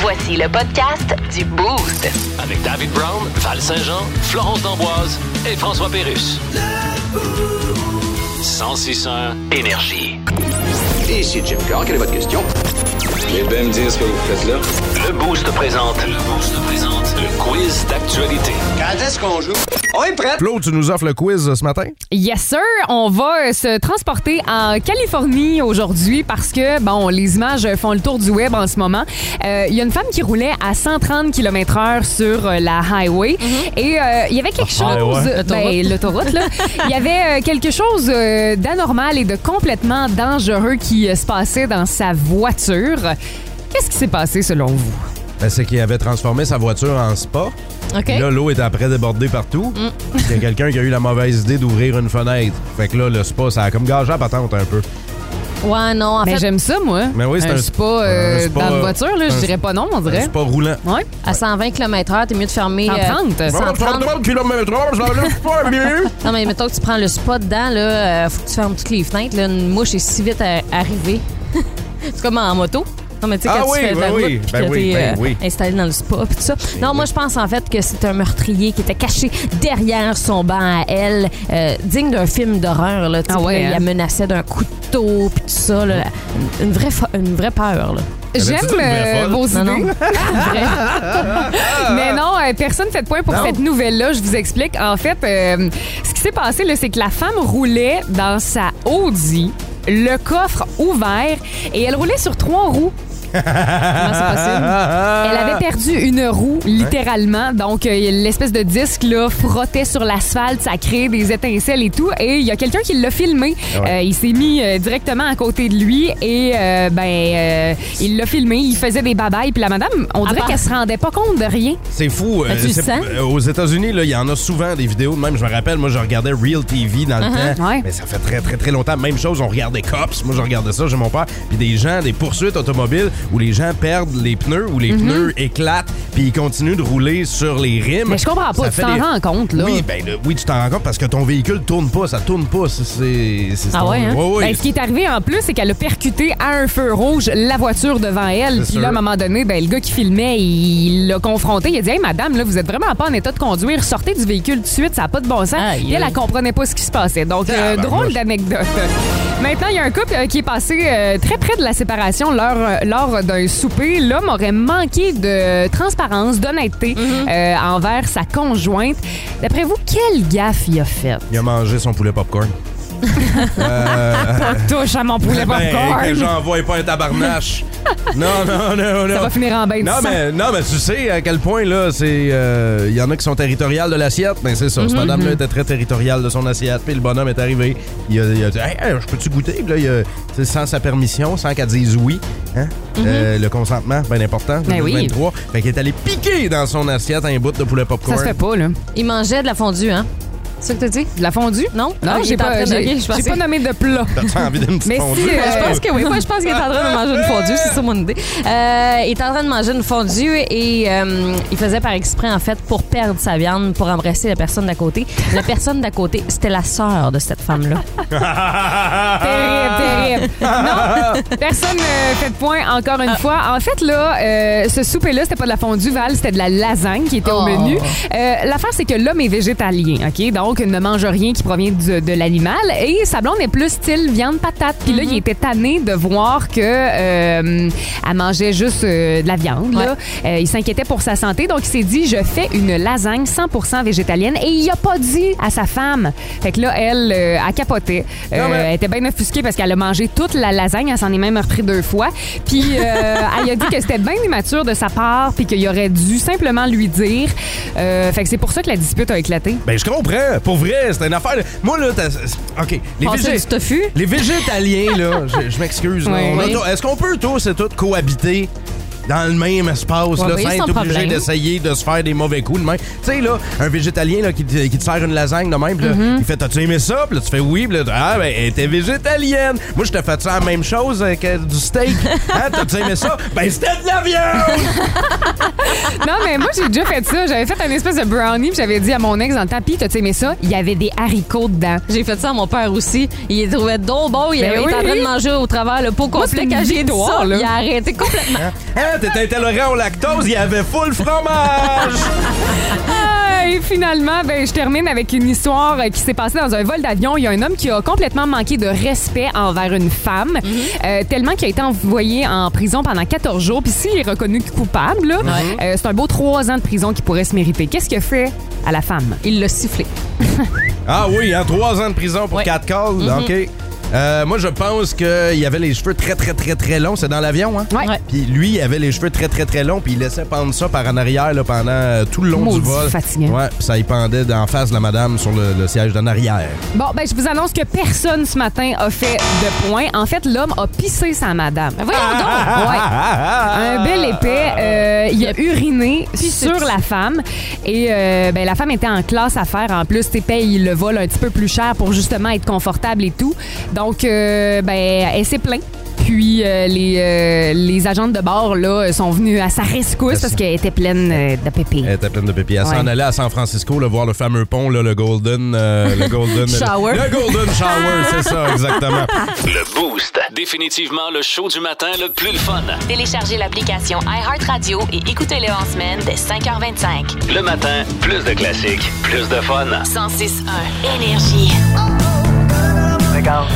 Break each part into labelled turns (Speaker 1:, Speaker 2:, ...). Speaker 1: Voici le podcast du Boost.
Speaker 2: Avec David Brown, Val Saint-Jean, Florence D'Amboise et François Pérus. 1061 Énergie.
Speaker 3: Ici Jim Carr, quelle est votre question?
Speaker 4: Eh bien, me dire ce que vous faites là.
Speaker 2: Le Boost présente. Le Boost présente. Le quiz d'actualité.
Speaker 3: Quand est-ce qu'on joue? On est prêt!
Speaker 5: Flo, tu nous offres le quiz euh, ce matin?
Speaker 6: Yes, sir. On va euh, se transporter en Californie aujourd'hui parce que, bon, les images euh, font le tour du web en ce moment. Euh, Il y a une femme qui roulait à 130 km/h sur euh, la highway et euh, il y avait quelque
Speaker 5: Ah,
Speaker 6: chose.
Speaker 5: ouais.
Speaker 6: Ben, l'autoroute, là. Il y avait euh, quelque chose euh, d'anormal et de complètement dangereux qui euh, se passait dans sa voiture. Qu'est-ce qui s'est passé selon vous?
Speaker 5: Ben, c'est qu'il avait transformé sa voiture en spa.
Speaker 7: OK.
Speaker 5: Là, l'eau était après débordée partout.
Speaker 6: Mm.
Speaker 5: Il y a quelqu'un qui a eu la mauvaise idée d'ouvrir une fenêtre. Fait que là, le spa, ça a comme gagé la patente un peu.
Speaker 7: Ouais, non, en
Speaker 6: Mais
Speaker 7: fait,
Speaker 6: j'aime ça, moi.
Speaker 5: Mais oui, c'est un-
Speaker 6: spa, euh,
Speaker 5: un spa,
Speaker 6: dans
Speaker 5: euh,
Speaker 6: la voiture, là,
Speaker 5: un
Speaker 6: je dirais pas non, on
Speaker 5: Un
Speaker 6: dirait.
Speaker 5: spa roulant.
Speaker 6: Ouais.
Speaker 7: à 120 km/h, t'es mieux de fermer. euh,
Speaker 6: 130.
Speaker 7: 130.
Speaker 5: km pas mieux.
Speaker 7: Non, mais mettons que tu prends le spot dedans, là, euh, faut que tu fermes toutes les fenêtres. Là, une mouche est si vite à- arrivée. c'est comme en moto. Non, mais tu sais,
Speaker 5: Ah
Speaker 7: quand
Speaker 5: oui,
Speaker 7: tu fais de la
Speaker 5: ben
Speaker 7: route,
Speaker 5: oui,
Speaker 7: puis
Speaker 5: ben
Speaker 7: que
Speaker 5: oui,
Speaker 7: t'es, euh,
Speaker 5: ben oui. Ben
Speaker 7: installé dans le spa, puis tout ça. Non, moi, je pense en fait que c'est un meurtrier qui était caché derrière son banc à elle, euh, digne d'un film d'horreur. Là, tu sais,
Speaker 6: Ah ouais,
Speaker 7: puis là, il
Speaker 6: hein?
Speaker 7: la menaçait d'un couteau, puis tout ça. là. une, une vraie fo- une vraie peur. Là.
Speaker 6: J'aime
Speaker 5: Avais-tu dit une vraie
Speaker 6: euh,
Speaker 5: folle?
Speaker 6: vos
Speaker 7: Non,
Speaker 6: idées.
Speaker 7: non.
Speaker 5: Ah,
Speaker 6: Mais non, euh, personne ne fait de point pour
Speaker 5: Non.
Speaker 6: cette nouvelle-là. Je vous explique. En fait, euh, ce qui s'est passé, là, c'est que la femme roulait dans sa Audi, le coffre ouvert, et elle roulait sur trois roues. Comment c'est possible? Elle avait perdu une roue, littéralement. Donc, euh, l'espèce de disque là, frottait sur l'asphalte, ça créait des étincelles et tout. Et il y a quelqu'un qui l'a filmé.
Speaker 5: Ah ouais.
Speaker 6: Euh, il s'est mis euh, directement à côté de lui et, euh, ben, euh, il l'a filmé. Il faisait des babayes. Puis la madame, on dirait
Speaker 7: part-
Speaker 6: qu'elle se rendait pas compte de rien.
Speaker 5: C'est fou. euh,
Speaker 7: tu le
Speaker 5: c'est-
Speaker 7: sens?
Speaker 5: euh, aux États-Unis, là, il y en a souvent des vidéos. de Même, je me rappelle, moi, je regardais Real TV dans le temps.
Speaker 6: Uh-huh, ouais.
Speaker 5: Mais ça fait très, très, très longtemps. Même chose, on regardait Cops. Moi, je regardais ça, j'ai mon père. Puis des gens, des poursuites automobiles où les gens perdent les pneus, où les
Speaker 6: Mm-hmm.
Speaker 5: pneus éclatent, puis ils continuent de rouler sur les rimes.
Speaker 6: Mais je comprends pas,
Speaker 5: Ça
Speaker 6: tu
Speaker 5: fait
Speaker 6: t'en rends compte, là.
Speaker 5: Oui, ben, le- oui, tu t'en rends compte parce que ton véhicule tourne pas, ça tourne pas. C'est- C'est. c'est-
Speaker 7: Ah ouais, hein?
Speaker 5: Ouais, ouais.
Speaker 6: Ben, ce qui est arrivé en plus, c'est qu'elle a percuté à un feu rouge la voiture devant elle.
Speaker 5: C'est
Speaker 6: Puis
Speaker 5: sûr.
Speaker 6: là, à un moment donné, ben, le gars qui filmait, il l'a confronté. Il a dit Hey, madame, là, vous êtes vraiment pas en état de conduire. Sortez du véhicule tout de suite, ça n'a pas de bon sens.
Speaker 7: Aïe,
Speaker 6: Puis elle,
Speaker 7: aïe.
Speaker 6: elle comprenait pas ce qui se passait. Donc, euh,
Speaker 5: Tabarnouche.
Speaker 6: drôle d'anecdote. Maintenant, il y a un couple euh, qui est passé euh, très près de la séparation lors, euh, lors d'un souper. L'homme aurait manqué de transparence, d'honnêteté
Speaker 7: Mm-hmm.
Speaker 6: euh, envers sa conjointe. D'après vous, quelle gaffe il a faite?
Speaker 5: Il a mangé son poulet popcorn. Euh,
Speaker 6: Touche à mon poulet
Speaker 5: Ben,
Speaker 6: popcorn.
Speaker 5: que j'envoie pas un tabarnache. non, non, non, non.
Speaker 6: Ça va finir en bain de
Speaker 5: Non
Speaker 6: sang.
Speaker 5: mais, non, mais tu sais à quel point, là, c'est. euh, Il y en a qui sont territoriales de l'assiette. Ben, c'est ça.
Speaker 6: Mhm,
Speaker 5: Cette madame-là était très territoriale de son assiette. Puis le bonhomme est arrivé. Il a, il a dit Hey, hey, je peux-tu goûter Puis là, il a- tu sais, sans sa permission, sans qu'elle dise oui. Hein? Euh, le consentement, bien important.
Speaker 6: Mhm. Ben oui.
Speaker 5: 23. Fait qu'il est allé piquer dans son assiette un bout de poulet
Speaker 6: Ça
Speaker 5: popcorn.
Speaker 6: se fait pas, là.
Speaker 7: Il mangeait de la fondue, hein? C'est ça que t'as dit?
Speaker 6: De la fondue?
Speaker 7: Non?
Speaker 6: Non,
Speaker 7: Ah, il
Speaker 6: j'ai
Speaker 7: est en
Speaker 6: pas,
Speaker 7: train de-
Speaker 6: j'ai-
Speaker 7: ok, je
Speaker 6: j'ai
Speaker 7: pensais-
Speaker 6: pas nommé de plat.
Speaker 5: T'as envie d'une petite
Speaker 6: Mais si,
Speaker 5: fondue?
Speaker 6: euh,
Speaker 7: Je pense que oui. Moi, je pense qu'il est en train de manger une fondue. C'est ça mon idée. Euh, il est en train de manger une fondue et euh, il faisait par exprès, en fait, pour perdre sa viande, pour embrasser la personne d'à côté. La personne d'à côté, c'était la sœur de cette femme-là.
Speaker 6: Terrible, terrible. Non, personne ne fait de point, encore une fois. En fait, là, euh, ce souper-là, c'était pas de la fondue, Val, c'était de la lasagne qui était au
Speaker 7: Oh.
Speaker 6: menu. Euh, L'affaire, c'est que l'homme est végétalien, OK? Donc, ne mange rien qui provient du- de l'animal. Et sa blonde est plus style viande patate. Puis là, il était tanné de voir que euh, elle mangeait juste euh, de la viande. là. Euh, il s'inquiétait pour sa santé. Donc, il s'est dit, je fais une lasagne 100 végétalienne. Et il a pas dit à sa femme. Fait que là, elle euh, a capoté. Euh,
Speaker 5: mais-
Speaker 6: elle était bien offusquée parce qu'elle a mangé toute la lasagne. Elle s'en est même repris deux fois. Puis euh, elle a dit que c'était bien immature de sa part puis qu'il aurait dû simplement lui dire. Euh, fait que c'est pour ça que la dispute a éclaté.
Speaker 5: Ben, je comprends. Pour vrai, c'est une affaire. Moi, là, t'as- OK. Les
Speaker 7: Passer
Speaker 5: végé-
Speaker 7: du tofu.
Speaker 5: Les végétaliens, là, je, je m'excuse. là,
Speaker 6: Oui.
Speaker 5: on a
Speaker 6: Oui.
Speaker 5: to- Est-ce qu'on peut tous et toutes cohabiter dans le même espace,
Speaker 7: Ouais,
Speaker 5: là,
Speaker 7: oui,
Speaker 5: sans
Speaker 7: sans
Speaker 5: être obligé
Speaker 7: problème.
Speaker 5: d'essayer de se faire des mauvais coups de main? Tu sais, là, un végétalien là, qui, te, qui te sert une lasagne de même, puis là,
Speaker 7: Mhm.
Speaker 5: il fait T'as-tu aimé ça? Puis là, tu fais oui, puis là, ah, ben, elle était végétalienne. Moi, je te fais ça la même chose euh, que du steak. Hein, T'as-tu aimé ça? Ben, c'était de la viande!
Speaker 6: Non, mais moi, j'ai déjà fait ça. J'avais fait un espèce de brownie puis j'avais dit à mon ex dans le tapis, t'as-tu aimé ça? Il y avait des haricots dedans.
Speaker 7: J'ai fait ça à mon père aussi. Il trouvait donc bon. Il
Speaker 6: Ben
Speaker 7: était en
Speaker 6: oui.
Speaker 7: train de manger au travers le pot
Speaker 6: Moi,
Speaker 7: complet.
Speaker 6: c'est une
Speaker 7: Quand j'ai dit
Speaker 6: victoire,
Speaker 7: ça,
Speaker 6: là.
Speaker 7: il a arrêté complètement.
Speaker 5: Hein, Maman, t'es intolérant au lactose, il y avait full fromage!
Speaker 6: Ah, Et finalement, ben, je termine avec une histoire euh, qui s'est passée dans un vol d'avion. Il y a un homme qui a complètement manqué de respect envers une femme,
Speaker 7: Mhm.
Speaker 6: euh, tellement qu'il a été envoyé en prison pendant 14 jours. Puis s'il est reconnu coupable, là, euh, c'est un beau 3 ans de prison qui pourrait se mériter. Qu'est-ce qu'il a fait à la femme?
Speaker 7: Il l'a sifflé.
Speaker 5: Ah oui, en trois ans de prison pour
Speaker 7: Ouais.
Speaker 5: quatre calls,
Speaker 6: Mhm.
Speaker 5: OK. Euh, moi, je pense qu'il avait les cheveux très, très, très, très longs. C'est dans l'avion, hein?
Speaker 6: Ouais.
Speaker 5: Puis lui, il avait les cheveux très, très, très longs, puis il laissait pendre ça par en arrière là, pendant euh, tout le long
Speaker 6: Maudit
Speaker 5: du vol.
Speaker 6: fatigant.
Speaker 5: Ouais, puis ça y pendait d'en face de la madame sur le, le siège d'en arrière.
Speaker 6: Bon, ben, je vous annonce que personne ce matin a fait de point. En fait, l'homme a pissé sa madame. Ben,
Speaker 7: Voyons
Speaker 5: Ah,
Speaker 7: donc!
Speaker 6: Ouais.
Speaker 5: ah, ah,
Speaker 6: Un bel épais, euh, il a uriné sur la femme et euh, ben, la femme était en classe à faire. En plus, t'es paye le vol un petit peu plus cher pour justement être confortable et tout. Donc, euh, ben, elle s'est plainte. Puis euh, les, euh, les agentes de bord là, sont venues à sa rescousse parce qu'elle était pleine euh, de pépé.
Speaker 5: Elle était pleine de pépites. Elle
Speaker 6: Ouais.
Speaker 5: s'en allait à San Francisco là, voir le fameux pont, là, le Golden... euh, le Golden...
Speaker 7: Shower.
Speaker 5: Le Golden Shower, c'est ça, exactement.
Speaker 2: Le Boost. Définitivement le show du matin le plus le fun.
Speaker 6: Oh
Speaker 1: Téléchargez l'application iHeartRadio et écoutez-le en semaine dès 5h25.
Speaker 2: Le matin, plus de classiques, plus de fun.
Speaker 1: 106.1 Énergie.
Speaker 8: Regarde,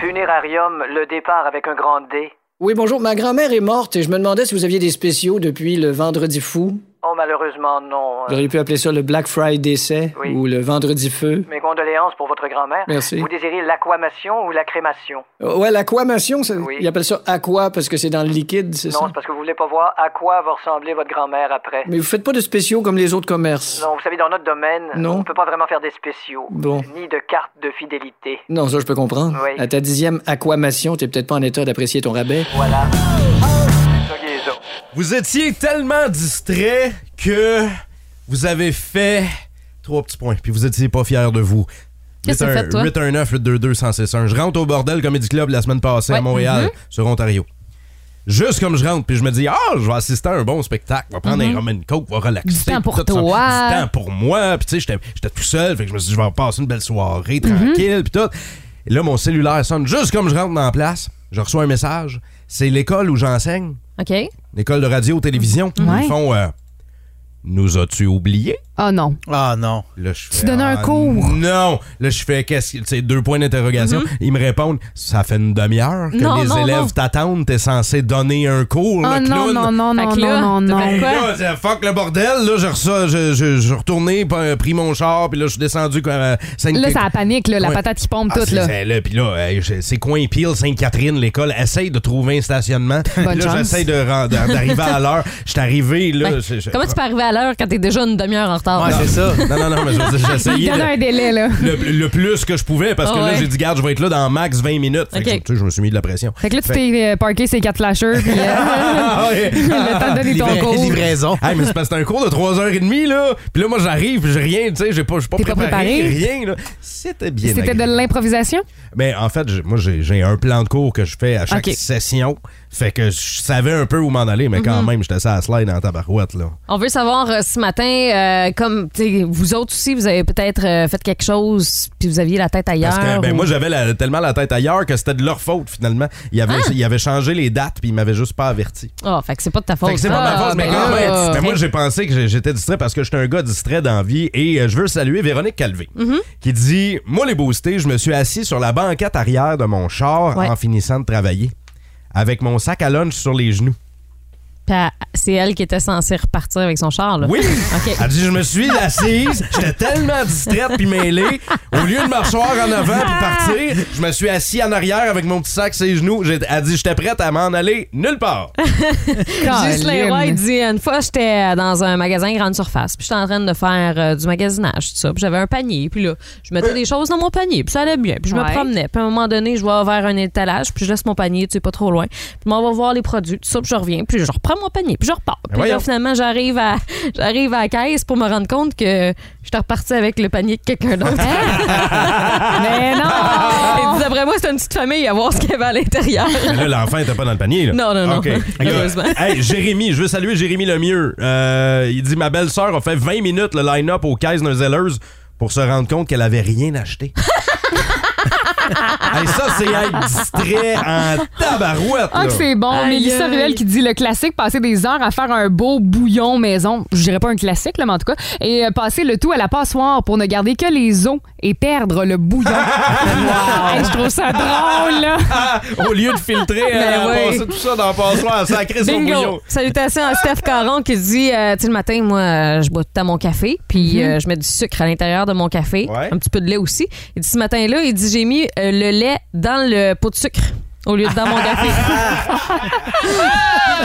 Speaker 8: Funérarium, le départ avec un grand D.
Speaker 9: Oui, bonjour. Ma grand-mère est morte et je me demandais si vous aviez des spéciaux depuis le Vendredi fou.
Speaker 8: Oh, malheureusement, non.
Speaker 9: Vous auriez pu appeler ça le Black Friday décès
Speaker 8: Oui.
Speaker 9: ou le Vendredi feu.
Speaker 8: Mes condoléances pour votre grand-mère.
Speaker 9: Merci.
Speaker 8: Vous désirez l'aquamation ou la crémation?
Speaker 9: Euh, Ouais, l'aquamation, ça,
Speaker 8: Oui.
Speaker 9: ils appellent ça aqua parce que c'est dans le liquide, c'est
Speaker 8: Non,
Speaker 9: ça?
Speaker 8: c'est parce que vous voulez pas voir à quoi va ressembler votre grand-mère après.
Speaker 9: Mais vous faites pas de spéciaux comme les autres commerces.
Speaker 8: Non, vous savez, dans notre domaine,
Speaker 9: Non.
Speaker 8: on peut pas vraiment faire des spéciaux.
Speaker 9: Bon.
Speaker 8: Ni de cartes de fidélité.
Speaker 9: Non, ça, je peux comprendre.
Speaker 8: Oui.
Speaker 9: À ta dixième aquamation, t'es peut-être pas en état d'apprécier ton rabais.
Speaker 8: Voilà. Ça, liaison.
Speaker 5: Vous étiez tellement distrait que vous avez fait trois petits points, puis vous étiez pas fier de vous.
Speaker 7: Qu'est-ce que t'as fait, toi?
Speaker 5: 819 822 161 Je rentre au bordel Comedy Club la semaine passée à
Speaker 7: Ouais. mm-hmm.
Speaker 5: Montréal, sur Ontario. Juste comme je rentre, puis je me dis, ah, je vais assister à un bon spectacle, je vais prendre
Speaker 7: Mm-hmm.
Speaker 5: un rum and coke, je vais relaxer.
Speaker 6: Du temps pour
Speaker 5: tout ça.
Speaker 6: toi.
Speaker 5: Du temps pour moi, puis tu sais, j'étais- j'étais tout seul, fait que je me suis dit, je vais passer une belle soirée,
Speaker 7: Mm-hmm.
Speaker 5: tranquille, puis tout. Et là, mon cellulaire sonne juste comme je rentre dans la place, je reçois un message, c'est l'école où j'enseigne
Speaker 7: OK.
Speaker 5: l'école de radio-télévision.
Speaker 6: Mm-hmm. Ouais.
Speaker 5: Ils font euh, Nous as-tu oublié
Speaker 6: Oh non.
Speaker 10: Ah non.
Speaker 5: Là, je
Speaker 6: Tu
Speaker 5: fais,
Speaker 6: donnais un
Speaker 5: Ah,
Speaker 6: cours. Mm-hmm.
Speaker 5: Non Là, je fais qu'est-ce que- tu sais, deux points d'interrogation. Ils me répondent Ça fait une demi-heure que
Speaker 7: Non,
Speaker 5: les
Speaker 7: non,
Speaker 5: élèves
Speaker 7: non.
Speaker 5: t'attendent, t'es censé donner un cours,
Speaker 6: Oh
Speaker 5: le
Speaker 6: non,
Speaker 5: clown.
Speaker 6: non,
Speaker 5: Ben,
Speaker 6: non,
Speaker 7: Fait
Speaker 6: non,
Speaker 7: que là,
Speaker 6: non, non,
Speaker 7: t'as fait
Speaker 6: non.
Speaker 7: quoi?
Speaker 5: Là, c'est- fuck le bordel, là, je, reçois- je, je, je suis retourné, pas- pris mon char, puis là, je suis descendu comme à Sainte-
Speaker 6: Là, ça la panique, là, la
Speaker 5: Ouais.
Speaker 6: patate qui pompe
Speaker 5: Ah,
Speaker 6: toute.
Speaker 5: c'est-
Speaker 6: Là.
Speaker 5: c'est- là, puis là, euh, je- c'est coin pile, Sainte-Catherine, l'école. Essaye de trouver un stationnement. Puis là,
Speaker 6: chance.
Speaker 5: j'essaye de ren- de- d'arriver à l'heure. Je suis arrivé, là.
Speaker 7: Ben,
Speaker 5: c'est- je- Ah,
Speaker 7: Comment tu peux arriver à l'heure quand t'es déjà une demi-heure en retard?
Speaker 10: Ouais, c'est ça.
Speaker 5: Non, non, non, mais je veux dire,
Speaker 6: Il
Speaker 5: j'essayais
Speaker 6: donne un
Speaker 5: de-
Speaker 6: délai, là. Oh,
Speaker 5: le, le plus que je pouvais parce que
Speaker 7: Ah
Speaker 5: là,
Speaker 7: ouais.
Speaker 5: j'ai dit, garde, je vais être là dans max 20 minutes. Fait que,
Speaker 7: Ok.
Speaker 5: tu sais, je me suis mis de la pression.
Speaker 6: Fait que là, tu
Speaker 5: Fait-
Speaker 6: t'es euh, parké ces quatre flashers, puis euh,
Speaker 5: Ah, ouais.
Speaker 6: le temps de donner ton
Speaker 10: Livra-
Speaker 6: cours.
Speaker 10: Livraison.
Speaker 5: Hey, mais c'est parce que c'est un cours de 3h30, là. Puis là, moi, j'arrive, puis j'ai rien, tu sais, j'ai pas, je suis pas,
Speaker 6: T'es pas préparé.
Speaker 5: Rien, là. C'était bien.
Speaker 6: C'était de
Speaker 5: agréable.
Speaker 6: l'improvisation?
Speaker 5: Mais en fait, j'ai- moi, j'ai j'ai un plan de cours que je fais à chaque
Speaker 6: Ok.
Speaker 5: session. Fait que je savais un peu où m'en aller, mais
Speaker 7: Mhm.
Speaker 5: quand même, j'étais ça à slide en tabarouette, là.
Speaker 7: On veut savoir euh, ce matin, euh, comme tu sais, vous autres aussi, vous avez peut-être euh, fait quelque chose puis vous aviez la tête ailleurs.
Speaker 5: Parce que ben,
Speaker 7: ou-
Speaker 5: moi, j'avais la- tellement la tête ailleurs que c'était de leur faute, finalement. Ils avaient, ils avaient changé les dates, puis ils m'avaient juste pas averti.
Speaker 7: Ah, fait que c'est pas de ta faute.
Speaker 5: Fait que c'est pas ma
Speaker 7: Ah,
Speaker 5: faute, mais
Speaker 7: ben
Speaker 5: quand
Speaker 7: là,
Speaker 5: même.
Speaker 7: euh,
Speaker 5: Mais moi, j'ai pensé que j'ai- j'étais distrait parce que j'étais un gars distrait dans la vie. Et euh, je veux saluer Véronique Calvé,
Speaker 7: Mhm.
Speaker 5: qui dit Moi, les boostés, je me suis assis sur la banquette arrière de mon char
Speaker 7: Ouais.
Speaker 5: en finissant de travailler, avec mon sac à lunch sur les genoux.
Speaker 7: Puis elle- c'est elle qui était censée repartir avec son char, là.
Speaker 5: Oui!
Speaker 7: OK.
Speaker 5: Elle dit Je me suis assise, j'étais tellement distraite puis mêlée. Au lieu de m'asseoir en avant puis partir, je me suis assis en arrière avec mon petit sac sur les genoux. J'ai- Elle dit J'étais prête à m'en aller nulle part.
Speaker 7: Ghislain Roy
Speaker 6: Caroline.
Speaker 7: il dit une fois j'étais dans un magasin grande surface puis j'étais en train de faire euh, du magasinage tout ça puis j'avais un panier puis là je mettais des choses dans mon panier puis ça allait bien puis je
Speaker 6: Ouais.
Speaker 7: me promenais puis à un moment donné je vais vers un étalage puis je laisse mon panier tu sais pas trop loin puis je m'en vais voir les produits tout ça puis je reviens puis je reprends mon panier puis je repars puis là
Speaker 5: voyons.
Speaker 7: finalement j'arrive à j'arrive à la caisse pour me rendre compte que j'étais reparti avec le panier de quelqu'un d'autre
Speaker 6: Mais
Speaker 7: et
Speaker 6: non!
Speaker 7: puis, d'après moi c'était une petite famille à voir ce qu'il y avait à l'intérieur
Speaker 5: Mais là, l'enfant était pas dans le panier. Là.
Speaker 7: Non, non, non.
Speaker 5: OK.
Speaker 7: Heureusement.
Speaker 5: Hey, Jérémy, je veux saluer Jérémy Lemieux. Euh, il dit Ma belle-sœur a fait 20 minutes le line-up au Kaisner Zellers pour se rendre compte qu'elle avait rien acheté. Hey, ça, c'est être distrait en tabarouette.
Speaker 6: Ah,
Speaker 5: là.
Speaker 6: que c'est bon.
Speaker 7: Aïe,
Speaker 6: Mélissa
Speaker 7: aïe.
Speaker 6: Ruel qui dit le classique, passer des heures à faire un beau bouillon maison. Je dirais pas un classique, là, mais en tout cas. Et euh, passer le tout à la passoire pour ne garder que les os et perdre le bouillon. Hey, je trouve ça drôle, là. Ben
Speaker 5: Ah, au lieu de filtrer, elle a
Speaker 7: oui.
Speaker 5: passé tout ça dans le passoire, ça a créé son bouillon.
Speaker 7: Bingo! Salutations à Steph Caron qui dit euh, Tu sais, le matin, moi, euh, je bois tout à mon café, puis euh, je mets du sucre à l'intérieur de mon café,
Speaker 5: Ouais.
Speaker 7: un petit peu de lait aussi. Il dit Ce matin-là, il dit J'ai mis euh, le lait dans le pot de sucre au lieu de dans mon café.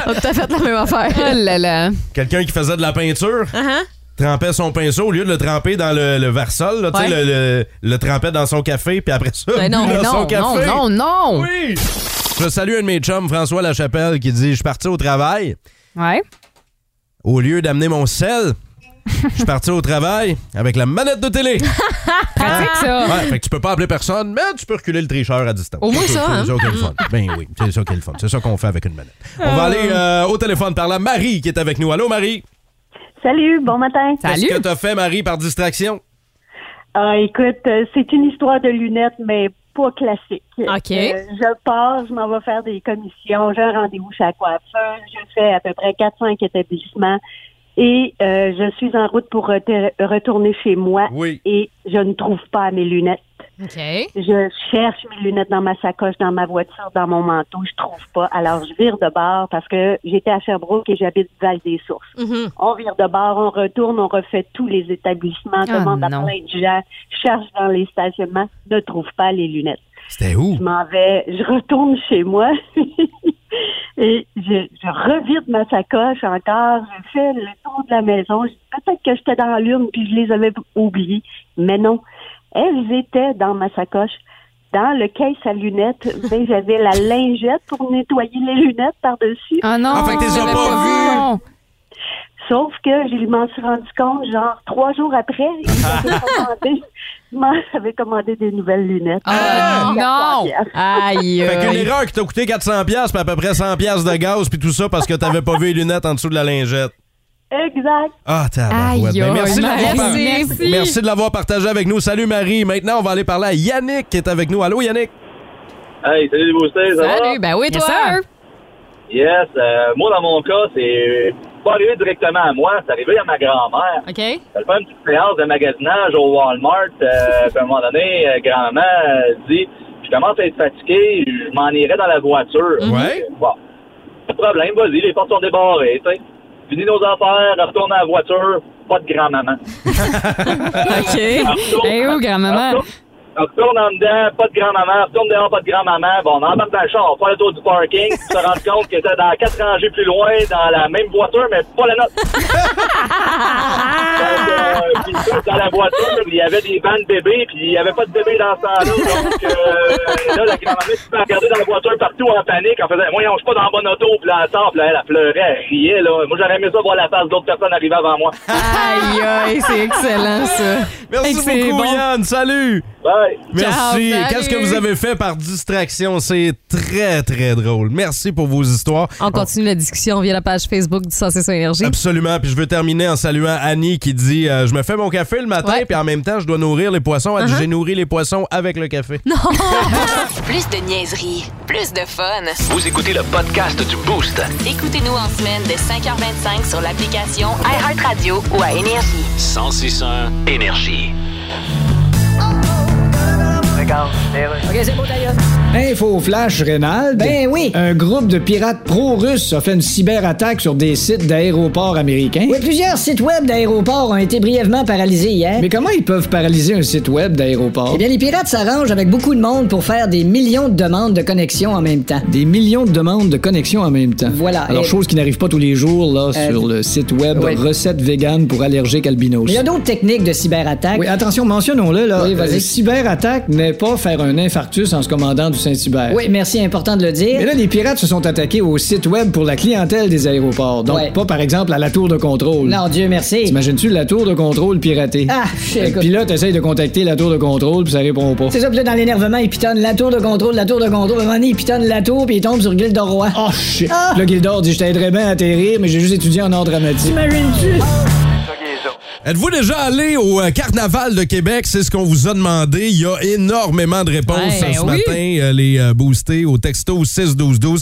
Speaker 7: On a tout à fait la même affaire.
Speaker 6: Oh là là.
Speaker 5: Quelqu'un qui faisait de la peinture
Speaker 7: Uh-huh.
Speaker 5: trempait son pinceau au lieu de le tremper dans le, le varsol, là, tu sais,
Speaker 7: Ouais.
Speaker 5: le, le- le trempait dans son café, puis après ça,
Speaker 7: Mais non,
Speaker 5: bu dans
Speaker 7: mais
Speaker 5: son
Speaker 7: non,
Speaker 5: café.
Speaker 6: Non, non.
Speaker 5: Oui! Je salue un de mes chums, François Lachapelle, qui dit Je suis parti au travail.
Speaker 6: Ouais.
Speaker 5: Au lieu d'amener mon sel, je suis parti au travail avec la manette de télé.
Speaker 6: Pratique, ça.
Speaker 5: Ouais, fait que tu peux pas appeler personne, mais tu peux reculer le tricheur à distance.
Speaker 7: Au moins
Speaker 5: C'est-
Speaker 7: ça,
Speaker 5: C'est
Speaker 7: hein?
Speaker 5: ça qu'est le fun. Ben oui, c'est ça qu'est le fun. C'est ça qu'on fait avec une manette. On va aller euh, au téléphone par la Marie qui est avec nous. Allô, Marie?
Speaker 10: Salut, bon matin.
Speaker 5: Qu'est-ce
Speaker 6: Salut.
Speaker 5: que t'as fait, Marie, par distraction?
Speaker 10: Ah, écoute, euh, c'est une histoire de lunettes, mais pas classique. Euh,
Speaker 7: OK.
Speaker 10: je pars, je m'en vais faire des commissions, j'ai un rendez-vous chez la coiffeuse, je fais à peu près 4-5 établissements et euh, je suis en route pour rete- retourner chez moi
Speaker 5: Oui.
Speaker 10: et je ne trouve pas mes lunettes.
Speaker 7: OK.
Speaker 10: Je cherche mes lunettes dans ma sacoche, dans ma voiture, dans mon manteau, je trouve pas. Alors je vire de bord parce que j'étais à Sherbrooke et j'habite Val-des-Sources.
Speaker 7: Mhm.
Speaker 10: On vire de bord, on retourne, on refait tous les établissements,
Speaker 6: Ah,
Speaker 10: demande à
Speaker 6: non.
Speaker 10: plein de gens, cherche dans les stationnements, ne trouve pas les lunettes.
Speaker 5: C'était où?
Speaker 10: Je m'en vais, je retourne chez moi et je, je revide ma sacoche encore, je fais le tour de la maison. Je dis, Peut-être que j'étais dans l'urne puis je les avais oubliées, mais non. Elles étaient dans ma sacoche. Dans le caisse à lunettes, ben, j'avais la lingette pour nettoyer les lunettes par-dessus.
Speaker 6: Ah non.
Speaker 5: Ah, fait que t'es
Speaker 6: j'avais
Speaker 5: pas
Speaker 6: pas
Speaker 10: Sauf que je m'en suis rendu compte, genre, trois jours après, j'avais commandé, je m'en- j'avais commandé des nouvelles lunettes.
Speaker 6: Ah, non.
Speaker 7: Aïe.
Speaker 5: Fait qu'une
Speaker 7: aïe.
Speaker 5: erreur qui t'a coûté 400$, piastres, puis à peu près 100$ piastres de gaz, puis tout ça parce que t'avais pas vu les lunettes en dessous de la lingette.
Speaker 10: Exact.
Speaker 5: Ah, tabarouette.
Speaker 6: Aïe,
Speaker 5: Ben, merci, de l'avoir
Speaker 6: aïe,
Speaker 5: par-
Speaker 6: merci.
Speaker 5: merci de l'avoir partagé avec nous. Salut, Marie. Maintenant, on va aller parler à Yannick qui est avec nous. Allô, Yannick?
Speaker 4: Hey, salut les boosters, ça va?
Speaker 7: Salut, ben oui,
Speaker 6: Yes,
Speaker 7: toi.
Speaker 6: sir.
Speaker 4: Yes, euh, moi dans mon cas, c'est pas arrivé directement à moi, c'est arrivé à ma grand-mère.
Speaker 7: OK.
Speaker 4: Elle fait une petite séance de magasinage au Walmart, euh, puis à un moment donné, euh, grand-mère euh, dit « Je commence à être fatigué, je m'en irai dans la voiture.
Speaker 6: Mhm.
Speaker 5: Ouais.
Speaker 4: Bon, pas de problème, vas-y, les portes sont débarrées, tu sais. Finis nos affaires, retourne dans la voiture, pas de grand-maman.
Speaker 7: OK.
Speaker 6: Eh oh, grand-maman.
Speaker 4: On retourne en dedans, pas de grand-maman, retourne dehors, pas de grand-maman. Bon, on embarque dans le char, on fait le tour du parking, puis on se rend compte que était dans quatre rangées plus loin, dans la même voiture, mais pas la nôtre. Donc, euh, puis tout dans la voiture, il y avait des bancs de bébés, puis il n'y avait pas de bébé dans ce temps-là. Donc, euh, là, la grand-maman se met à regarder dans la voiture partout en panique, en faisant, voyons, je suis pas dans la bonne auto, puis là, elle sort, puis là, elle, elle pleurait, elle riait, là. Moi, j'aurais aimé ça voir la face d'autres personnes arriver avant moi.
Speaker 7: Ah! Aïe, aïe, c'est excellent, ça.
Speaker 5: Merci
Speaker 7: Fait que c'est
Speaker 5: beaucoup,
Speaker 7: bon.
Speaker 5: Yann. Salut.
Speaker 4: Bye!
Speaker 5: Merci.
Speaker 7: salut.
Speaker 5: Qu'est-ce que vous avez fait par distraction? C'est très, très drôle. Merci pour vos histoires.
Speaker 7: On continue la discussion via la page Facebook du Sensé sur Énergie.
Speaker 5: Absolument. Puis je veux terminer en saluant Annie qui dit euh, Je me fais mon café le matin,
Speaker 7: Ouais. Uh-huh.
Speaker 5: puis en même temps, je dois nourrir les poissons. Elle dit J'ai nourri les poissons avec le café.
Speaker 1: Plus de niaiserie, plus de fun.
Speaker 2: Vous écoutez le podcast du Boost.
Speaker 1: Écoutez-nous en semaine de 5h25 sur l'application iHeartRadio ou à Énergie.
Speaker 2: 1061 Énergie.
Speaker 8: Regarde,
Speaker 9: Info flash Rénal. Ben oui. Un groupe de pirates pro-russes a fait une cyberattaque sur des sites d'aéroports américains. Oui, plusieurs sites web d'aéroports ont été brièvement paralysés hier. Mais comment ils peuvent paralyser un site web d'aéroport? Eh bien, les pirates s'arrangent avec beaucoup de monde pour faire des millions de demandes de connexion en même temps. Des millions de demandes de connexion en même temps. Voilà. Euh, Alors, chose qui n'arrive pas tous les jours, là, sur le site web Recettes vegan pour allergiques albinos. Il y a d'autres techniques de cyberattaque. Oui, attention, mentionnons-le, là. Oui, vas-y. cyberattaque n'est pas faire un infarctus en se commandant du Saint-Hubert. Oui, merci, important de le dire. Mais là, les pirates se sont attaqués au site web pour la clientèle des aéroports. Donc, pas par exemple à la tour de contrôle. Non, Dieu merci. T'imagines-tu la tour de contrôle piratée? Ah, Le pilote essaye de contacter la tour de contrôle, puis ça répond pas. C'est ça, puis là, dans l'énervement, il pitonne la tour de contrôle, la tour de contrôle. À un moment donné, il pitonne la tour, puis il tombe sur Gildor Roy. Oh, shit. Là, Gildor dit Je t'aiderais bien à atterrir, mais j'ai juste étudié en ordre dramatique.
Speaker 5: Êtes-vous déjà allé au euh, Carnaval de Québec? C'est ce qu'on vous a demandé. Il y a énormément de réponses
Speaker 7: Ouais, ben
Speaker 5: ce
Speaker 7: oui.
Speaker 5: matin. euh, les euh, boostés au texto 6-12-12.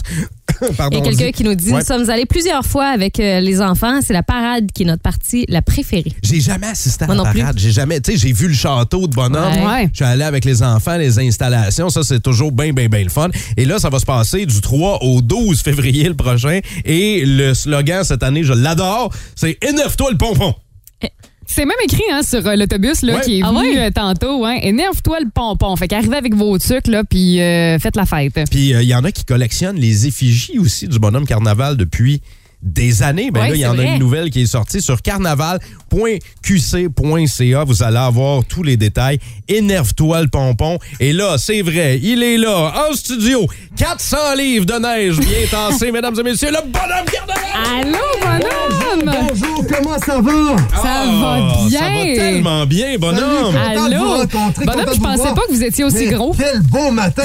Speaker 7: Il
Speaker 5: Pardon,
Speaker 7: y a
Speaker 5: on
Speaker 7: quelqu'un
Speaker 5: dit-
Speaker 7: qui nous dit
Speaker 5: Ah Ouais.
Speaker 7: Nous sommes allés plusieurs fois avec euh, les enfants. C'est la parade qui est notre partie la préférée.
Speaker 5: J'ai jamais assisté à
Speaker 7: Moi
Speaker 5: la
Speaker 7: non plus.
Speaker 5: parade. J'ai jamais, tu sais, j'ai vu le château de bonhomme.
Speaker 7: Ouais.
Speaker 6: Ouais.
Speaker 5: Je suis allé avec les enfants, les installations. Ça, c'est toujours bien, bien, bien le fun. Et là, ça va se passer du 3 au 12 février le prochain. Et le slogan cette année, je l'adore, c'est Énerve-toi le pompon.
Speaker 6: C'est même écrit hein, sur euh, l'autobus là,
Speaker 5: Ouais.
Speaker 6: qui est
Speaker 7: Ah
Speaker 6: venu
Speaker 7: ouais?
Speaker 6: euh, tantôt. Hein. Énerve-toi le pompon. Fait qu'arrivez avec vos trucs, là, puis euh, faites la fête.
Speaker 5: Puis euh, il y en a qui collectionnent les effigies aussi du bonhomme carnaval depuis des années. Ben
Speaker 6: Ouais,
Speaker 5: là, il y
Speaker 6: c'est
Speaker 5: en a
Speaker 6: vrai.
Speaker 5: une nouvelle qui est sortie sur carnaval.qc.ca. Vous allez avoir tous les détails. Énerve-toi le pompon. Et là, c'est vrai, il est là, en studio. 400 livres de neige bien tassés, mesdames et messieurs. Le bonhomme carnaval!
Speaker 6: Allô, bonhomme!
Speaker 11: Bonjour, comment ça va?
Speaker 6: Ça
Speaker 5: Ah,
Speaker 6: va bien!
Speaker 5: Ça va tellement bien, bonhomme!
Speaker 11: Salut. Content de vous
Speaker 6: Allô?
Speaker 11: rencontrer,
Speaker 6: Bonhomme,
Speaker 11: content
Speaker 6: je
Speaker 11: de vous
Speaker 6: pensais
Speaker 11: voir.
Speaker 6: pas que vous étiez aussi
Speaker 11: Mais
Speaker 6: gros.
Speaker 11: Quel beau matin!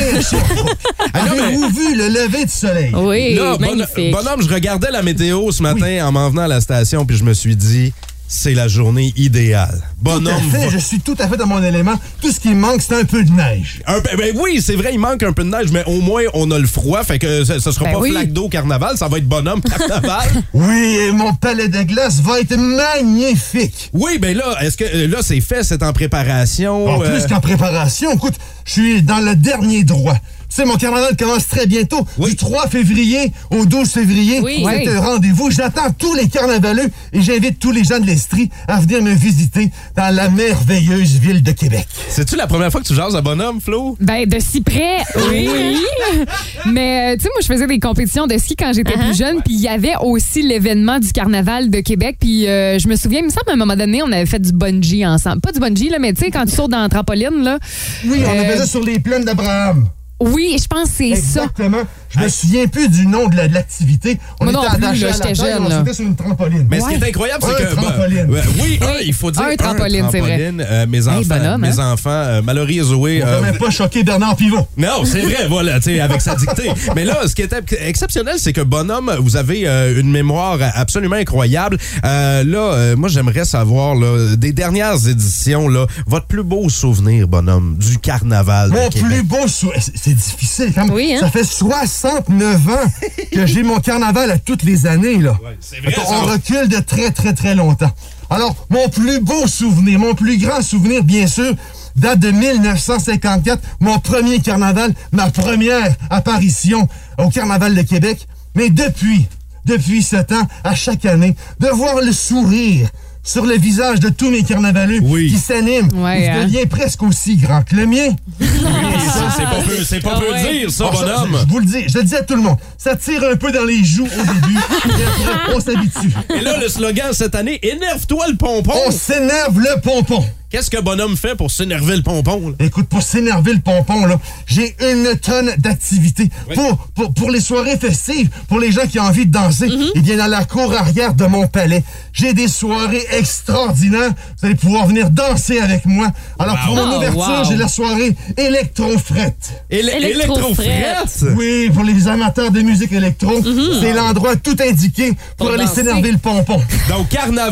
Speaker 11: Avez-vous vu le lever du soleil?
Speaker 7: Oui,
Speaker 5: Là, bonne-
Speaker 7: magnifique.
Speaker 5: bonhomme, je regardais la météo ce matin en m'en venant à la station, puis je me suis dit, c'est la journée idéale.
Speaker 11: Tout
Speaker 5: Bonhomme,
Speaker 11: à fait,
Speaker 5: va-
Speaker 11: je suis tout à fait dans mon élément. Tout ce qui me manque, c'est un peu de neige.
Speaker 5: Un peu- ben oui, c'est vrai, il manque un peu de neige, mais au moins on a le froid, fait que ce, ce sera
Speaker 6: Ben
Speaker 5: pas
Speaker 6: oui.
Speaker 5: flaque d'eau carnaval, ça va être bonhomme carnaval.
Speaker 11: Oui, et mon palais de glace va être magnifique.
Speaker 5: oui, ben là, est-ce que euh, là c'est fait, c'est en préparation.
Speaker 11: En
Speaker 5: euh,
Speaker 11: plus qu'en préparation, écoute, je suis dans le dernier droit. Tu sais, mon carnaval commence très bientôt,
Speaker 5: Oui.
Speaker 11: du 3 février au 12 février.
Speaker 7: Oui. Oui.
Speaker 11: C'est un rendez-vous. J'attends tous les carnavaleux et j'invite tous les gens de l'Estrie à venir me visiter dans la merveilleuse ville de Québec.
Speaker 5: C'est-tu la première fois que tu jases à bonhomme, Flo?
Speaker 6: Ben, de si près, oui. Mais, euh, tu sais, moi, je faisais des compétitions de ski quand j'étais
Speaker 5: Uh-huh.
Speaker 6: plus jeune, puis il y avait aussi l'événement du carnaval de Québec, puis euh, je me souviens, il me semble, à un moment donné, on avait fait du bungee ensemble. Pas du bungee, là, mais tu sais, quand tu sautes dans la trampoline, là.
Speaker 11: Oui, on
Speaker 6: Euh,
Speaker 11: avait ça sur les plaines d'Abraham.
Speaker 6: Oui, je pense que c'est ça.
Speaker 11: Exactement. Je me souviens plus du nom de la- de l'activité. On
Speaker 6: Moi non
Speaker 11: était
Speaker 6: plus,
Speaker 11: attachés
Speaker 6: là,
Speaker 11: à la
Speaker 6: j'étais
Speaker 11: table,
Speaker 6: jeune,
Speaker 11: On
Speaker 6: là.
Speaker 11: sautait sur une trampoline.
Speaker 5: Mais ce
Speaker 6: Ouais.
Speaker 5: qui est incroyable, c'est
Speaker 11: Un
Speaker 5: que. ben,
Speaker 11: trampoline.
Speaker 5: ben, oui, un, il faut dire.
Speaker 6: Un trampoline, c'est vrai.
Speaker 5: trampoline. Euh, mes enfants,
Speaker 6: bonhomme,
Speaker 5: mes
Speaker 6: hein?
Speaker 5: enfants euh, Mallory et Zoé.
Speaker 11: On
Speaker 5: euh,
Speaker 11: ne même pas choquer Bernard Pivot.
Speaker 5: Non, c'est vrai, voilà, tu sais, avec sa dictée. Mais là, ce qui était exceptionnel, c'est que Bonhomme, vous avez euh, une mémoire absolument incroyable. Euh, là, euh, moi, j'aimerais savoir, là, des dernières éditions, là, votre plus beau souvenir, Bonhomme, du carnaval de
Speaker 11: Mon
Speaker 5: Québec.
Speaker 11: plus beau sou- c'est- C'est difficile. Quand même.
Speaker 7: Oui, hein?
Speaker 11: Ça fait 69 ans que j'ai mon carnaval à toutes les années. Là.
Speaker 5: c'est vrai,
Speaker 11: Fait qu'on-
Speaker 5: ça.
Speaker 11: On recule de très, très, très longtemps. Alors, mon plus beau souvenir, mon plus grand souvenir, bien sûr, date de 1954, mon premier carnaval, ma première apparition au carnaval de Québec. Mais depuis, depuis ce temps, à chaque année, de voir le sourire sur le visage de tous mes carnavaleux
Speaker 5: Oui.
Speaker 11: qui s'animent,
Speaker 6: Ouais,
Speaker 11: il
Speaker 6: hein?
Speaker 11: devient presque aussi grand que le mien.
Speaker 5: Ça, Ah, C'est pas peu, c'est pas peu dire, ça,
Speaker 11: Ah, ça,
Speaker 5: Bonhomme.
Speaker 11: je, je vous le dis, je le dis à tout le monde. Ça tire un peu dans les joues au début. mais après, on s'habitue.
Speaker 5: Et là, le slogan cette année, énerve-toi le pompon.
Speaker 11: On s'énerve le pompon.
Speaker 5: Qu'est-ce que Bonhomme fait pour s'énerver le pompon? là?
Speaker 11: Écoute, pour s'énerver le pompon, là, j'ai une tonne d'activités. Pour, pour, pour les soirées festives, pour les gens qui ont envie de danser,
Speaker 5: Mhm.
Speaker 11: eh bien, dans la cour arrière de mon palais, j'ai des soirées extraordinaires. Vous allez pouvoir venir danser avec moi. Alors, pour mon
Speaker 7: Oh,
Speaker 11: ouverture,
Speaker 7: wow.
Speaker 11: j'ai la soirée électrofrette.
Speaker 5: Éle-
Speaker 7: Électrofrette.
Speaker 5: Électrofrette. Mhm.
Speaker 11: Oui, pour les amateurs de musique électro, c'est l'endroit tout indiqué pour,
Speaker 7: Pour
Speaker 11: aller
Speaker 7: danser.
Speaker 11: s'énerver le pompon.
Speaker 5: Donc,
Speaker 6: C'est malade.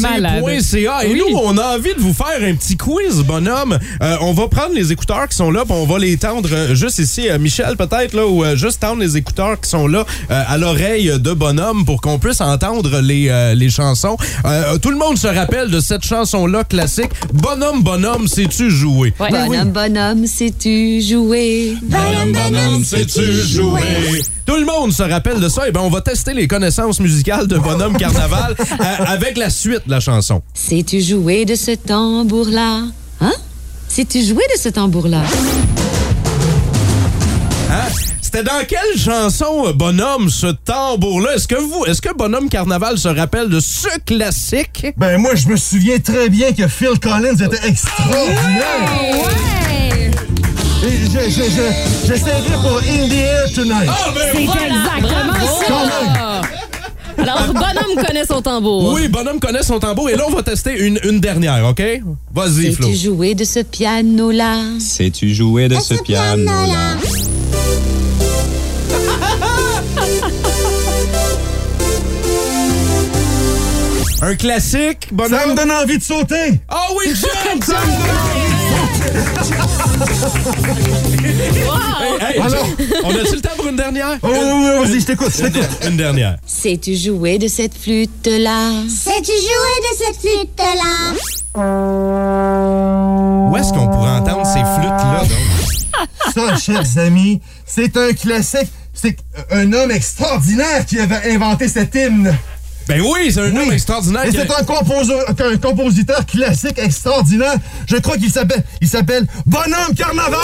Speaker 5: carnaval.qc.ca. Et
Speaker 6: Oui.
Speaker 5: nous, on a envie de vous faire un petit quiz, bonhomme. Euh, on va prendre les écouteurs qui sont là, puis on va les tendre euh, juste ici, euh, Michel, peut-être, là, ou euh, juste tendre les écouteurs qui sont là euh, à l'oreille de bonhomme pour qu'on puisse entendre les, euh, les chansons. Euh, tout le monde se rappelle de cette chanson-là classique. Bonhomme, bonhomme, sais-tu jouer? Ben
Speaker 7: Ouais.
Speaker 12: bonhomme, sais-tu jouer?
Speaker 5: Bonhomme, bonhomme, sais-tu jouer? Tout le monde se rappelle de ça. Et ben, on va tester les connaissances musicales de Bonhomme Carnaval euh, avec la suite de la chanson.
Speaker 12: Sais-tu jouer de ce tambour-là? Hein? Sais-tu jouer de ce tambour-là?
Speaker 5: Hein? C'était dans quelle chanson, euh, Bonhomme, ce tambour-là? Est-ce que vous, est-ce que Bonhomme Carnaval se rappelle de ce classique?
Speaker 11: Ben moi, je me souviens très bien que Phil Collins était extraordinaire. Et je, je, je, je servirai pour In the Air Tonight.
Speaker 5: Ah, ben
Speaker 6: C'est exactement ça!
Speaker 7: Alors, bonhomme connaît son tambour.
Speaker 5: Oui, Bonhomme connaît son tambour et là, on va tester une, une dernière, OK? Vas-y, Flo.
Speaker 12: Sais-tu jouer de ce piano-là?
Speaker 2: Sais-tu jouer
Speaker 11: Ah,
Speaker 2: de ce piano-là?
Speaker 5: Un Un classique, bonhomme.
Speaker 11: Ça me donne envie de sauter.
Speaker 5: Ah oui, John, ça me donne Hey, hey,
Speaker 11: Alors,
Speaker 5: on a-tu le temps pour une dernière?
Speaker 11: Oh, Ah, oui, vas-y, je t'écoute, je t'écoute.
Speaker 5: Une dernière.
Speaker 12: Sais-tu jouer de cette flûte-là?
Speaker 13: Sais-tu jouer de cette flûte-là?
Speaker 5: Où est-ce qu'on pourrait entendre ces flûtes-là, donc?
Speaker 11: Ça, chers amis, c'est un classique. C'est un homme extraordinaire qui avait inventé cet hymne.
Speaker 5: Ben oui, c'est un homme extraordinaire.
Speaker 11: Et
Speaker 5: qui a-
Speaker 11: c'est un, composeur- un compositeur classique extraordinaire. Je crois qu'il s'appelle, il s'appelle Bonhomme Carnaval.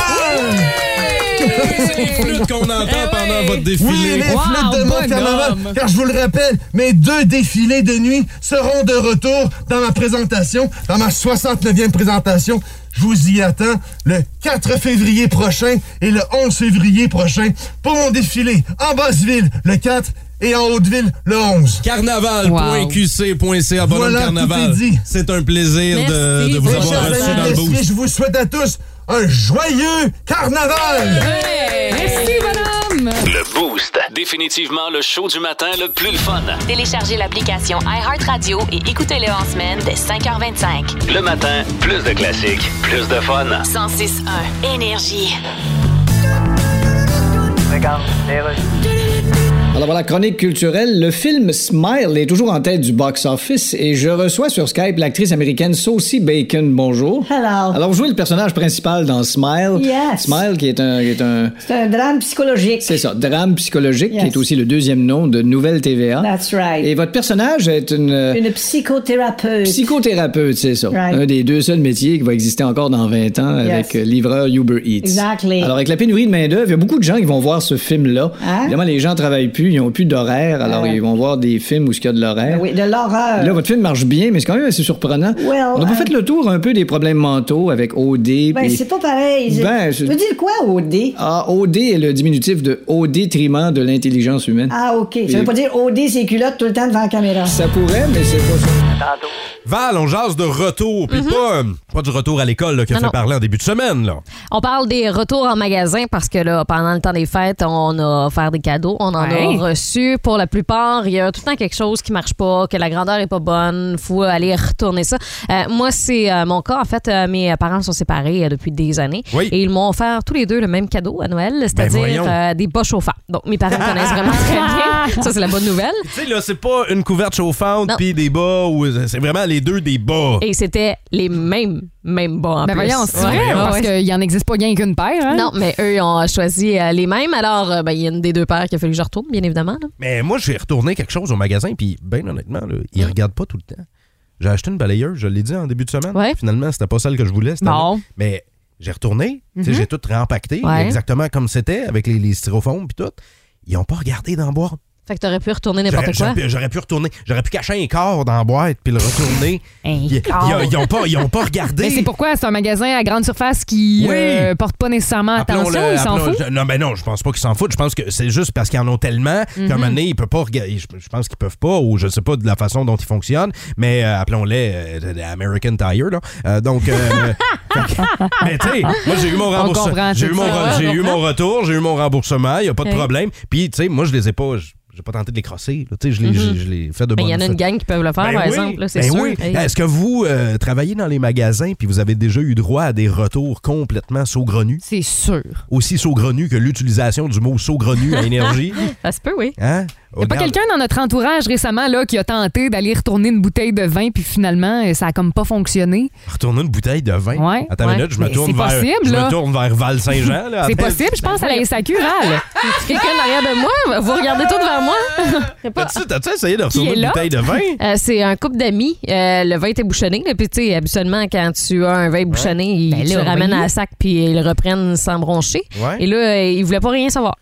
Speaker 5: C'est les flûtes qu'on entend pendant votre défilé.
Speaker 11: Eh Oui, les
Speaker 5: Wow,
Speaker 11: flûtes de mon
Speaker 5: bonhomme.
Speaker 11: carnaval. Car je vous le rappelle, mes deux défilés de nuit seront de retour dans ma présentation, dans ma 69e présentation. Je vous y attends le 4 février prochain et le 11 février prochain pour mon défilé en Basse-Ville le 4 et en Haute-Ville le 11.
Speaker 5: Carnaval.qc.ca, bonhomme
Speaker 11: Voilà,
Speaker 5: carnaval.
Speaker 11: tout est dit.
Speaker 5: C'est un plaisir de,
Speaker 11: Merci,
Speaker 5: de vous
Speaker 11: mes
Speaker 5: avoir
Speaker 11: chers
Speaker 5: reçu
Speaker 11: amis
Speaker 5: dans le
Speaker 11: de
Speaker 5: boost.
Speaker 11: Suisse, Je vous souhaite à tous un joyeux carnaval.
Speaker 6: Merci, bonhomme!
Speaker 2: Le Boost. Définitivement le show du matin le plus le fun.
Speaker 1: Téléchargez l'application iHeartRadio et écoutez-le en semaine dès 5h25.
Speaker 2: Le matin, plus de classiques, plus de fun.
Speaker 1: 106.1 Énergie.
Speaker 8: Regarde, les
Speaker 9: Alors voilà, chronique culturelle. Le film Smile est toujours en tête du box-office et je reçois sur Skype l'actrice américaine Saucy Bacon. Bonjour.
Speaker 14: Hello.
Speaker 9: Alors, vous jouez le personnage principal dans Smile.
Speaker 14: Yes.
Speaker 9: Smile qui est un... qui est un-
Speaker 14: C'est un drame psychologique.
Speaker 9: C'est ça, drame psychologique, qui
Speaker 14: Yes.
Speaker 9: est aussi le deuxième nom de Nouvelle TVA.
Speaker 14: That's right.
Speaker 9: Et votre personnage est une... euh,
Speaker 14: Une psychothérapeute.
Speaker 9: Psychothérapeute, c'est ça.
Speaker 14: Right.
Speaker 9: Un des deux seuls métiers qui va exister encore dans 20 ans
Speaker 14: Yes.
Speaker 9: avec euh, livreur Uber Eats.
Speaker 14: Exactly.
Speaker 9: Alors, hein? avec la pénurie de main-d'œuvre, il y a beaucoup de gens qui vont voir ce film-là.
Speaker 14: Hein?
Speaker 9: Évidemment, les gens travaillent plus, ils n'ont plus d'horaire, alors
Speaker 14: Ouais.
Speaker 9: ils vont voir des films où il y a Ben de
Speaker 14: Ah.
Speaker 9: l'horaire.
Speaker 14: Ben oui, de l'horreur.
Speaker 9: Là, votre film marche bien, mais c'est quand même assez surprenant.
Speaker 14: Well,
Speaker 9: On n'a pas
Speaker 14: euh,
Speaker 9: fait le tour un peu des problèmes mentaux avec OD.
Speaker 14: Ben,
Speaker 9: puis-
Speaker 14: c'est pas pareil. Je-
Speaker 9: Ben,
Speaker 14: je
Speaker 9: je-
Speaker 14: veux dire quoi, OD?
Speaker 9: Ah, OD est le diminutif de au détriment de l'intelligence humaine.
Speaker 14: Ah, OK.
Speaker 9: Et-
Speaker 14: Ça veut pas dire OD, c'est culotte tout le temps devant la caméra.
Speaker 9: Ça pourrait, mais c'est pas ça.
Speaker 5: Val, on jase de retour, puis pas, euh, pas du retour à l'école là, que
Speaker 7: Mhm. Non,
Speaker 5: tu as
Speaker 7: non.
Speaker 5: parlé en début de semaine. Là.
Speaker 7: On parle des retours en magasin parce que là, pendant le temps des fêtes, on a offert des cadeaux, on en
Speaker 6: Ouais.
Speaker 7: a reçu. Pour la plupart, il y a tout le temps quelque chose qui marche pas, que la grandeur est pas bonne, faut aller retourner ça. Euh, moi, c'est euh, mon cas. En fait, euh, mes parents sont séparés euh, depuis des années
Speaker 15: Oui.
Speaker 7: et ils m'ont offert tous les deux le même cadeau à Noël, c'est-à-dire
Speaker 5: voyons.
Speaker 7: euh, des bas chauffants. Donc, mes parents me connaissent vraiment très bien. Ça, c'est la bonne nouvelle.
Speaker 5: Tu sais, là, c'est pas une couverte chauffante
Speaker 7: Non.
Speaker 5: puis des bas, ou euh, c'est vraiment les deux des bas.
Speaker 7: Et c'était les mêmes, mêmes bas en
Speaker 6: Ben
Speaker 7: plus.
Speaker 6: voyons, c'est vrai,
Speaker 7: Ouais, ouais,
Speaker 6: parce
Speaker 7: ouais.
Speaker 6: qu'il n'en existe pas gain qu'une paire. Hein?
Speaker 7: Non, mais eux, ils ont choisi euh, les mêmes. Alors, euh, ben, il y a une des deux paires qu'il a fallu que je retourne, bien évidemment. là.
Speaker 5: Mais moi, j'ai retourné quelque chose au magasin, puis ben honnêtement, là, ils regardent pas tout le temps. J'ai acheté une balayeuse, je l'ai dit en début de semaine. Finalement, c'était pas celle que je voulais. c'était
Speaker 7: Bon.
Speaker 5: la- Mais j'ai retourné, tu sais,
Speaker 7: Mhm.
Speaker 5: j'ai tout réempacté,
Speaker 7: Ouais.
Speaker 5: exactement comme c'était, avec les, les styrofoams puis tout. Ils ont pas regardé dans la boîte.
Speaker 7: Fait que t'aurais pu retourner
Speaker 5: J'aurais,
Speaker 7: n'importe quoi.
Speaker 5: j'aurais pu- j'aurais pu retourner. J'aurais pu cacher un corps dans la boîte puis le retourner. ils,
Speaker 6: corps.
Speaker 5: ils- ils ont pas, ils ont pas regardé.
Speaker 6: Ah. Mais c'est pourquoi c'est un magasin à grande surface qui
Speaker 5: Oui.
Speaker 6: euh, porte pas nécessairement
Speaker 5: Appelons-le-
Speaker 6: attention, il s'en
Speaker 5: appelons-
Speaker 6: fout.
Speaker 5: je- non, mais non, je pense pas qu'ils s'en foutent. Je pense que c'est juste parce qu'ils en ont tellement qu'à un
Speaker 6: Mhm.
Speaker 5: moment donné, ils peuvent pas regarder. Je, je pense qu'ils peuvent pas, ou je sais pas de la façon dont ils fonctionnent, mais euh, appelons-les euh, American Tire. Là. Euh, donc, euh, mais tu sais, moi, j'ai eu mon
Speaker 6: On
Speaker 5: remboursement.
Speaker 6: comprend,
Speaker 5: J'ai eu,
Speaker 6: c'est
Speaker 5: mon
Speaker 6: ça.
Speaker 5: re- j'ai eu mon retour, j'ai eu mon remboursement, il n'y a pas de
Speaker 7: Ok.
Speaker 5: problème. Puis, tu sais, moi, je les ai pas. je- J'ai pas tenté de les crosser. là. Tu sais, je les,
Speaker 7: Mhm.
Speaker 5: je- je les fais de
Speaker 7: Mais il y en
Speaker 5: bonne
Speaker 7: a une
Speaker 5: foi.
Speaker 7: gang qui peuvent le faire,
Speaker 5: Ben
Speaker 7: par
Speaker 5: oui,
Speaker 7: exemple, là, c'est
Speaker 5: ben
Speaker 7: sûr.
Speaker 5: oui.
Speaker 7: Hey.
Speaker 5: Est-ce que vous euh, travaillez dans les magasins puis vous avez déjà eu droit à des retours complètement saugrenus?
Speaker 6: C'est sûr.
Speaker 5: Aussi saugrenus que l'utilisation du mot saugrenu à énergie.
Speaker 7: Ça se peut, oui.
Speaker 5: Hein?
Speaker 6: Il a pas quelqu'un dans notre entourage récemment là, qui a tenté d'aller retourner une bouteille de vin, puis finalement, euh, ça a comme pas fonctionné.
Speaker 5: Retourner une bouteille de vin.
Speaker 6: Ouais.
Speaker 5: Attends
Speaker 6: Ouais.
Speaker 5: une minute, je me
Speaker 6: Mais
Speaker 5: tourne
Speaker 6: c'est
Speaker 5: vers,
Speaker 6: possible,
Speaker 5: je me
Speaker 6: là.
Speaker 5: tourne vers Val Saint-Jean. là.
Speaker 6: C'est
Speaker 5: Attends.
Speaker 6: possible, je pense à la SAQ, Val.
Speaker 7: Quelqu'un derrière de moi, vous regardez tout devant moi. Je sais pas.
Speaker 5: T'as-tu t'as-tu essayé de
Speaker 7: Qui
Speaker 5: retourner
Speaker 7: est
Speaker 5: une
Speaker 7: là?
Speaker 5: Ah, bouteille de vin?
Speaker 7: Euh, c'est un couple d'amis. Euh, le vin était bouchonné. là, Puis, tu sais, habituellement, quand tu as un vin bouchonné, ils
Speaker 6: Ben
Speaker 7: te
Speaker 6: là,
Speaker 7: le ramènent
Speaker 6: oui.
Speaker 7: à la sac puis ils le reprennent sans broncher.
Speaker 5: Ouais.
Speaker 7: Et là, euh, ils voulaient pas rien savoir.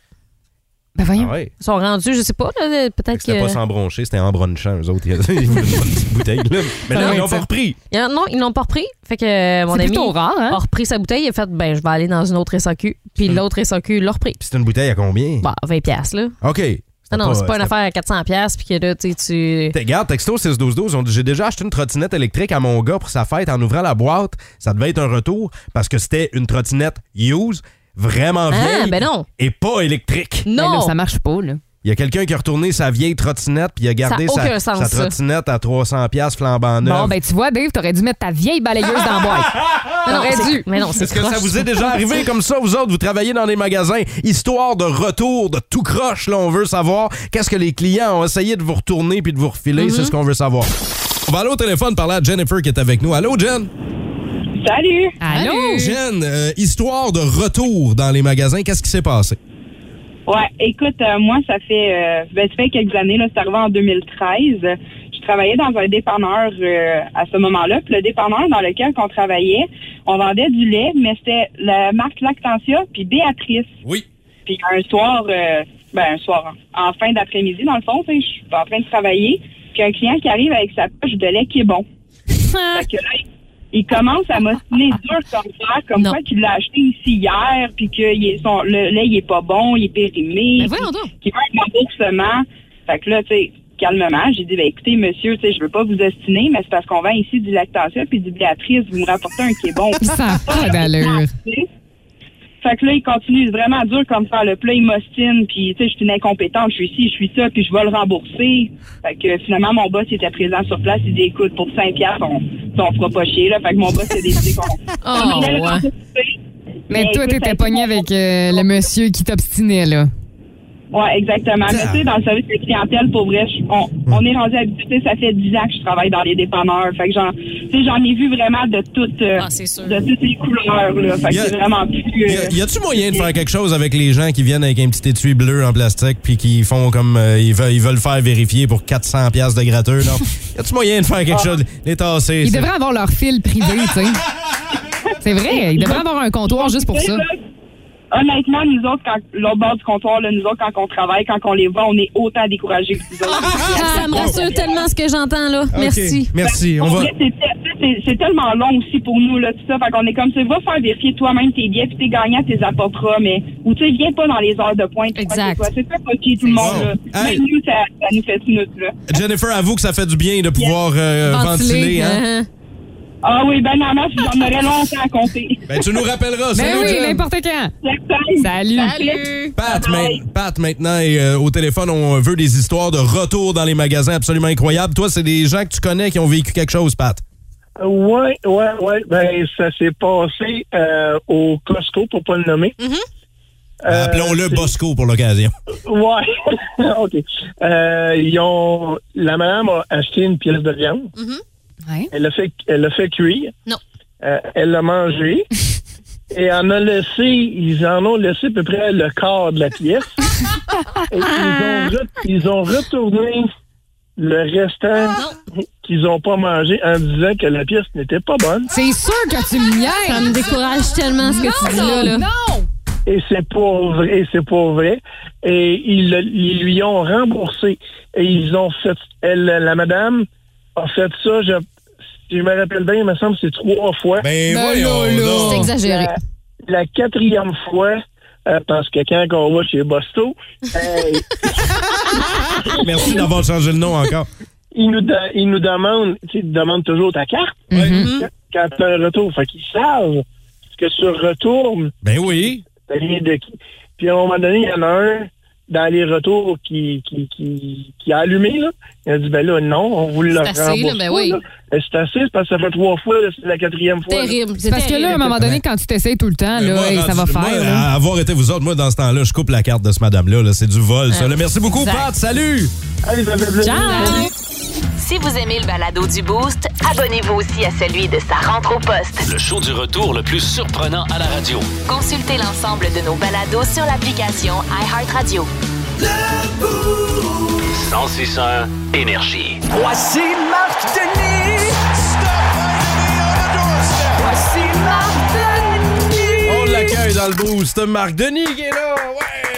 Speaker 6: Ben voyons.
Speaker 5: Ah ouais.
Speaker 7: Ils sont rendus, je sais pas, là, peut-être
Speaker 5: C'était
Speaker 7: que.
Speaker 5: pas sans broncher, c'était en bronchant, eux autres. Ils voulaient une petite bouteille. là.
Speaker 7: Ça
Speaker 5: Mais là,
Speaker 7: doit
Speaker 5: ils l'ont
Speaker 7: être
Speaker 5: pas
Speaker 7: ça.
Speaker 5: repris.
Speaker 7: Il y en a- Non, ils l'ont pas repris. Fait que euh, mon
Speaker 6: C'est
Speaker 7: ami
Speaker 6: plutôt rare, hein?
Speaker 7: a repris sa bouteille. Il a fait, ben, je vais aller dans une autre SAQ. Puis l'autre SAQ l'a repris.
Speaker 5: Mm. Puis c'est une bouteille à combien?
Speaker 7: Bah, 20 piastres, là.
Speaker 5: OK.
Speaker 7: Non, non, c'est pas une affaire à 400 pièces puis que là, tu sais, tu...
Speaker 5: T'es- Regarde, texto 61212, on dit J'ai déjà acheté une trottinette électrique à mon gars pour sa fête en ouvrant la boîte. Ça devait être un retour parce que c'était une trottinette use, vraiment
Speaker 7: Ah,
Speaker 5: vieille
Speaker 7: ben non!
Speaker 5: et pas électrique.
Speaker 7: Non!
Speaker 6: Ben ça marche pas, là.
Speaker 5: Il y a quelqu'un qui a retourné sa vieille trottinette puis il a gardé
Speaker 6: Ça a
Speaker 5: sa,
Speaker 6: aucun sens,
Speaker 5: sa
Speaker 6: ça.
Speaker 5: trottinette à 300 pièces flambant neuve.
Speaker 6: Bon, ben tu vois, Dave, t'aurais dû mettre ta vieille balayeuse dans la boîte.
Speaker 7: Mais non,
Speaker 6: T'aurais
Speaker 7: c'est-
Speaker 6: dû.
Speaker 7: mais non, c'est
Speaker 5: Est-ce que ça
Speaker 7: croche.
Speaker 5: vous est déjà arrivé comme ça, vous autres, vous travaillez dans des magasins, histoire de retour, de tout croche, là, on veut savoir qu'est-ce que les clients ont essayé de vous retourner puis de vous refiler,
Speaker 6: Mm-hmm.
Speaker 5: c'est ce qu'on veut savoir. On va aller au téléphone parler à Jennifer qui est avec nous. Allô, Jen?
Speaker 15: Salut!
Speaker 6: Allô?
Speaker 5: Jen, euh, histoire de retour dans les magasins, qu'est-ce qui s'est passé?
Speaker 15: Ouais, écoute, euh, moi, ça fait, euh, ben, ça fait quelques années, là, c'est arrivé en 2013. Je travaillais dans un dépanneur euh, à ce moment-là. Puis le dépanneur dans lequel on travaillait, on vendait du lait, mais c'était la marque Lactantia puis Béatrice.
Speaker 5: Oui.
Speaker 15: Puis un soir, euh, ben un soir, en en fin d'après-midi, dans le fond, tu sais, je suis en train de travailler. Puis un client qui arrive avec sa poche de lait qui est bon. Fait que là, il commence à m'ostiner dur comme ça, comme quoi qu'il l'a acheté ici hier, puis que il est- son- le lait, il est pas bon, il est
Speaker 6: Ben
Speaker 15: périmé.
Speaker 7: Mais voyons donc.
Speaker 15: Qu'il veut un remboursement. Fait que là, tu sais, calmement, j'ai dit, ben écoutez, monsieur, tu sais, je veux pas vous ostiner, mais c'est parce qu'on vend ici du lactantia puis du Béatrice, vous me rapportez un qui est bon.
Speaker 6: Ça n'a pas d'allure.
Speaker 15: Fait que là, il continue vraiment dur comme ça. Le plat, il m'ostine, puis tu sais, je suis une incompétente, je suis ici, je suis ça, puis je vais le rembourser. Fait que finalement, mon boss il était présent sur place, il dit, écoute, pour 5 piastres, on, tu sais, on fera pas chier, là. Fait que mon boss a décidé qu'on...
Speaker 6: Oh,
Speaker 15: qu'on allait le
Speaker 6: ouais.
Speaker 15: rembourser.
Speaker 6: Mais toi,
Speaker 15: écoute, ça a
Speaker 6: t'étais
Speaker 15: été
Speaker 6: pogné avec euh, le monsieur qui t'obstinait, là.
Speaker 15: oui, exactement. Mais tu sais, dans le service de clientèle, pour vrai, je- on,
Speaker 5: Mm.
Speaker 15: on est rendu habitué. Tu sais, Ça fait 10 ans que je travaille dans les dépanneurs. Fait que j'en, tu sais, j'en ai vu vraiment de toutes, euh,
Speaker 6: Ah,
Speaker 15: de toutes les couleurs. Là. Fait que
Speaker 5: Y a-
Speaker 15: c'est vraiment plus. euh,
Speaker 5: Y a-tu moyen de faire quelque chose avec les gens qui viennent avec un petit étui bleu en plastique puis qui font comme euh, ils, veulent, ils veulent faire vérifier pour 400 pièces de gratteux Non. Y a-tu moyen de
Speaker 15: Ah.
Speaker 5: faire quelque chose Les tasser.
Speaker 6: Ils
Speaker 5: c'est-
Speaker 6: devraient avoir leur fil privé, tu sais. C'est vrai, ils devraient avoir un comptoir juste pour ça.
Speaker 15: Honnêtement, nous autres, quand l'autre bord du comptoir, là, nous autres, quand on travaille, quand on les voit, on est autant découragés que
Speaker 6: Ah.
Speaker 15: vous autres.
Speaker 7: Ça me rassure tellement ce que j'entends là.
Speaker 5: Ok,
Speaker 7: Merci.
Speaker 5: Merci. On
Speaker 15: Pour
Speaker 5: va.
Speaker 15: vrai, c'est te- c'est- C'est tellement long aussi pour nous, là, tout ça. Fait qu'on est comme ça, va faire vérifier toi-même tes billets, puis t'es gagnant, tes apopras, mais. Ou tu sais, viens pas dans les heures de pointe. Exact. C'est ça, ok, tout le monde,
Speaker 5: bon.
Speaker 15: là. Même nous, ça, ça nous fait une là.
Speaker 5: Jennifer, avoue que ça fait du bien de pouvoir euh, ventiler. hein?
Speaker 6: euh.
Speaker 15: Ah oui, ben, maman, j'en aurais longtemps à compter.
Speaker 5: Ben, tu nous rappelleras.
Speaker 6: Mais
Speaker 5: Salut,
Speaker 6: oui,
Speaker 5: Jen.
Speaker 6: n'importe quand. Salut. Salut.
Speaker 5: Pat, main- Pat, maintenant, est, euh, au téléphone, on veut des histoires de retour dans les magasins absolument incroyables. Toi, c'est des gens que tu connais qui ont vécu quelque chose, Pat.
Speaker 16: Ouais, ouais, ouais. Ben, ça s'est passé euh, au Costco, pour pas le nommer. Euh,
Speaker 5: Appelons-le Bosco pour l'occasion.
Speaker 16: Ouais. OK. Euh, ils ont... La madame a acheté une pièce de viande. Elle l'a fait, elle l'a fait cuire.
Speaker 7: Non.
Speaker 16: Euh, elle l'a mangée. et en a laissé... Ils en ont laissé à peu près le quart de la pièce. et ils ont, re-
Speaker 5: Ah.
Speaker 16: ils ont retourné le restant
Speaker 5: Ah.
Speaker 16: qu'ils n'ont pas mangé en disant que la pièce n'était pas bonne.
Speaker 6: C'est sûr que tu me niaises.
Speaker 7: Ça me décourage tellement ce que tu dis
Speaker 6: Non,
Speaker 7: là. là.
Speaker 6: Non!
Speaker 16: Et c'est pas vrai, et c'est pas vrai. Et ils, le- ils lui ont remboursé. Et ils ont fait, elle, la madame a fait ça, je, si je me rappelle bien, il me semble que c'est trois fois.
Speaker 5: Ben voyons là, là. donc. C'est exagéré.
Speaker 16: La, la quatrième fois, euh, parce que quand on va chez Bosto, euh,
Speaker 5: Merci d'avoir changé le nom encore.
Speaker 16: ils nous, de- ils nous demandent, tu sais, ils demandent toujours ta carte
Speaker 5: Mhm.
Speaker 16: quand- quand tu as un retour. Fait qu'ils savent que sur retourne.
Speaker 5: Ben oui.
Speaker 16: Ça vient de qui. Puis à un moment donné, il y en a un dans les retours qui, qui, qui, qui a allumé. Là. Il a dit, ben là, non, on vous le
Speaker 7: C'est assez,
Speaker 16: rembourse
Speaker 7: là, ben
Speaker 16: pas,
Speaker 7: oui.
Speaker 16: là. Ben, C'est assez, c'est parce que ça fait trois fois, là, c'est la quatrième fois. là.
Speaker 6: C'est Parce que là, à un moment donné, quand tu t'essayes tout le temps, là, hey, ça va
Speaker 5: Moi,
Speaker 6: faire. là.
Speaker 5: à avoir été vous autres, moi, dans ce temps-là, je coupe la carte de ce madame-là. là. C'est du vol, ça.
Speaker 1: Ouais.
Speaker 5: là. Merci beaucoup,
Speaker 1: Exact.
Speaker 5: Pat. Salut!
Speaker 1: Ciao! Si vous aimez le balado du Boost, abonnez-vous aussi à celui de sa rentre au poste.
Speaker 2: Le show du retour le plus surprenant à la radio.
Speaker 1: Consultez l'ensemble de nos balados sur l'application iHeartRadio.
Speaker 2: 106 énergie.
Speaker 8: Voici Marc Denis. Voici Marc Denis.
Speaker 5: On l'accueille dans le boost. Marc Denis qui est là.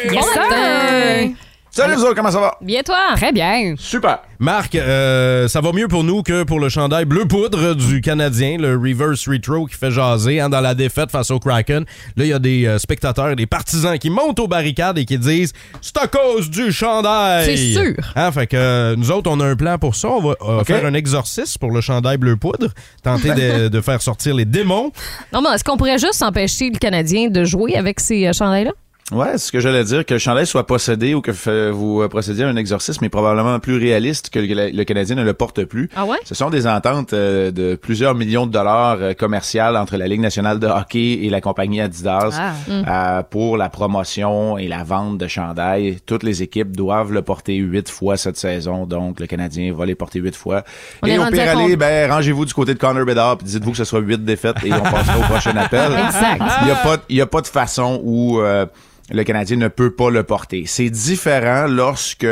Speaker 5: Ouais!
Speaker 7: Yes, sir.
Speaker 5: Salut, vous autres, comment ça va?
Speaker 7: Bien toi.
Speaker 6: Très bien.
Speaker 5: Super. Marc, euh, ça va mieux pour nous que pour le chandail bleu poudre du Canadien, le reverse retro qui fait jaser hein, dans la défaite face au Kraken. Là, il y a des euh, spectateurs, des partisans qui montent aux barricades et qui disent C'est à cause du chandail.
Speaker 6: C'est sûr.
Speaker 5: Hein, fait que euh, nous autres, on a un plan pour ça. On va euh,
Speaker 7: OK.
Speaker 5: faire un exorcisme pour le chandail bleu poudre, tenter de, de faire sortir les démons.
Speaker 7: Non, mais est-ce qu'on pourrait juste empêcher le Canadien de jouer avec ces euh, chandails-là?
Speaker 17: Ouais, c'est ce que j'allais dire, que le chandail soit possédé ou que f- vous euh, procédiez à un exorcisme est probablement plus réaliste que le, le Canadien ne le porte plus.
Speaker 7: Ah ouais?
Speaker 17: Ce sont des ententes euh, de plusieurs millions de dollars euh, commerciales entre la Ligue nationale de hockey et la compagnie Adidas
Speaker 7: Ah. Mm.
Speaker 17: euh, pour la promotion et la vente de chandail. Toutes les équipes doivent le porter huit fois cette saison, donc le Canadien va les porter huit fois.
Speaker 7: On est
Speaker 17: et au
Speaker 7: rendu à
Speaker 17: pire aller,
Speaker 7: combien?
Speaker 17: ben, rangez-vous du côté de Connor Bedard, puis dites-vous que ce soit huit défaites et on passera au prochain appel.
Speaker 7: Exact.
Speaker 17: Il y a pas, il y a pas de façon où euh, le Canadien ne peut pas le porter. C'est différent lorsque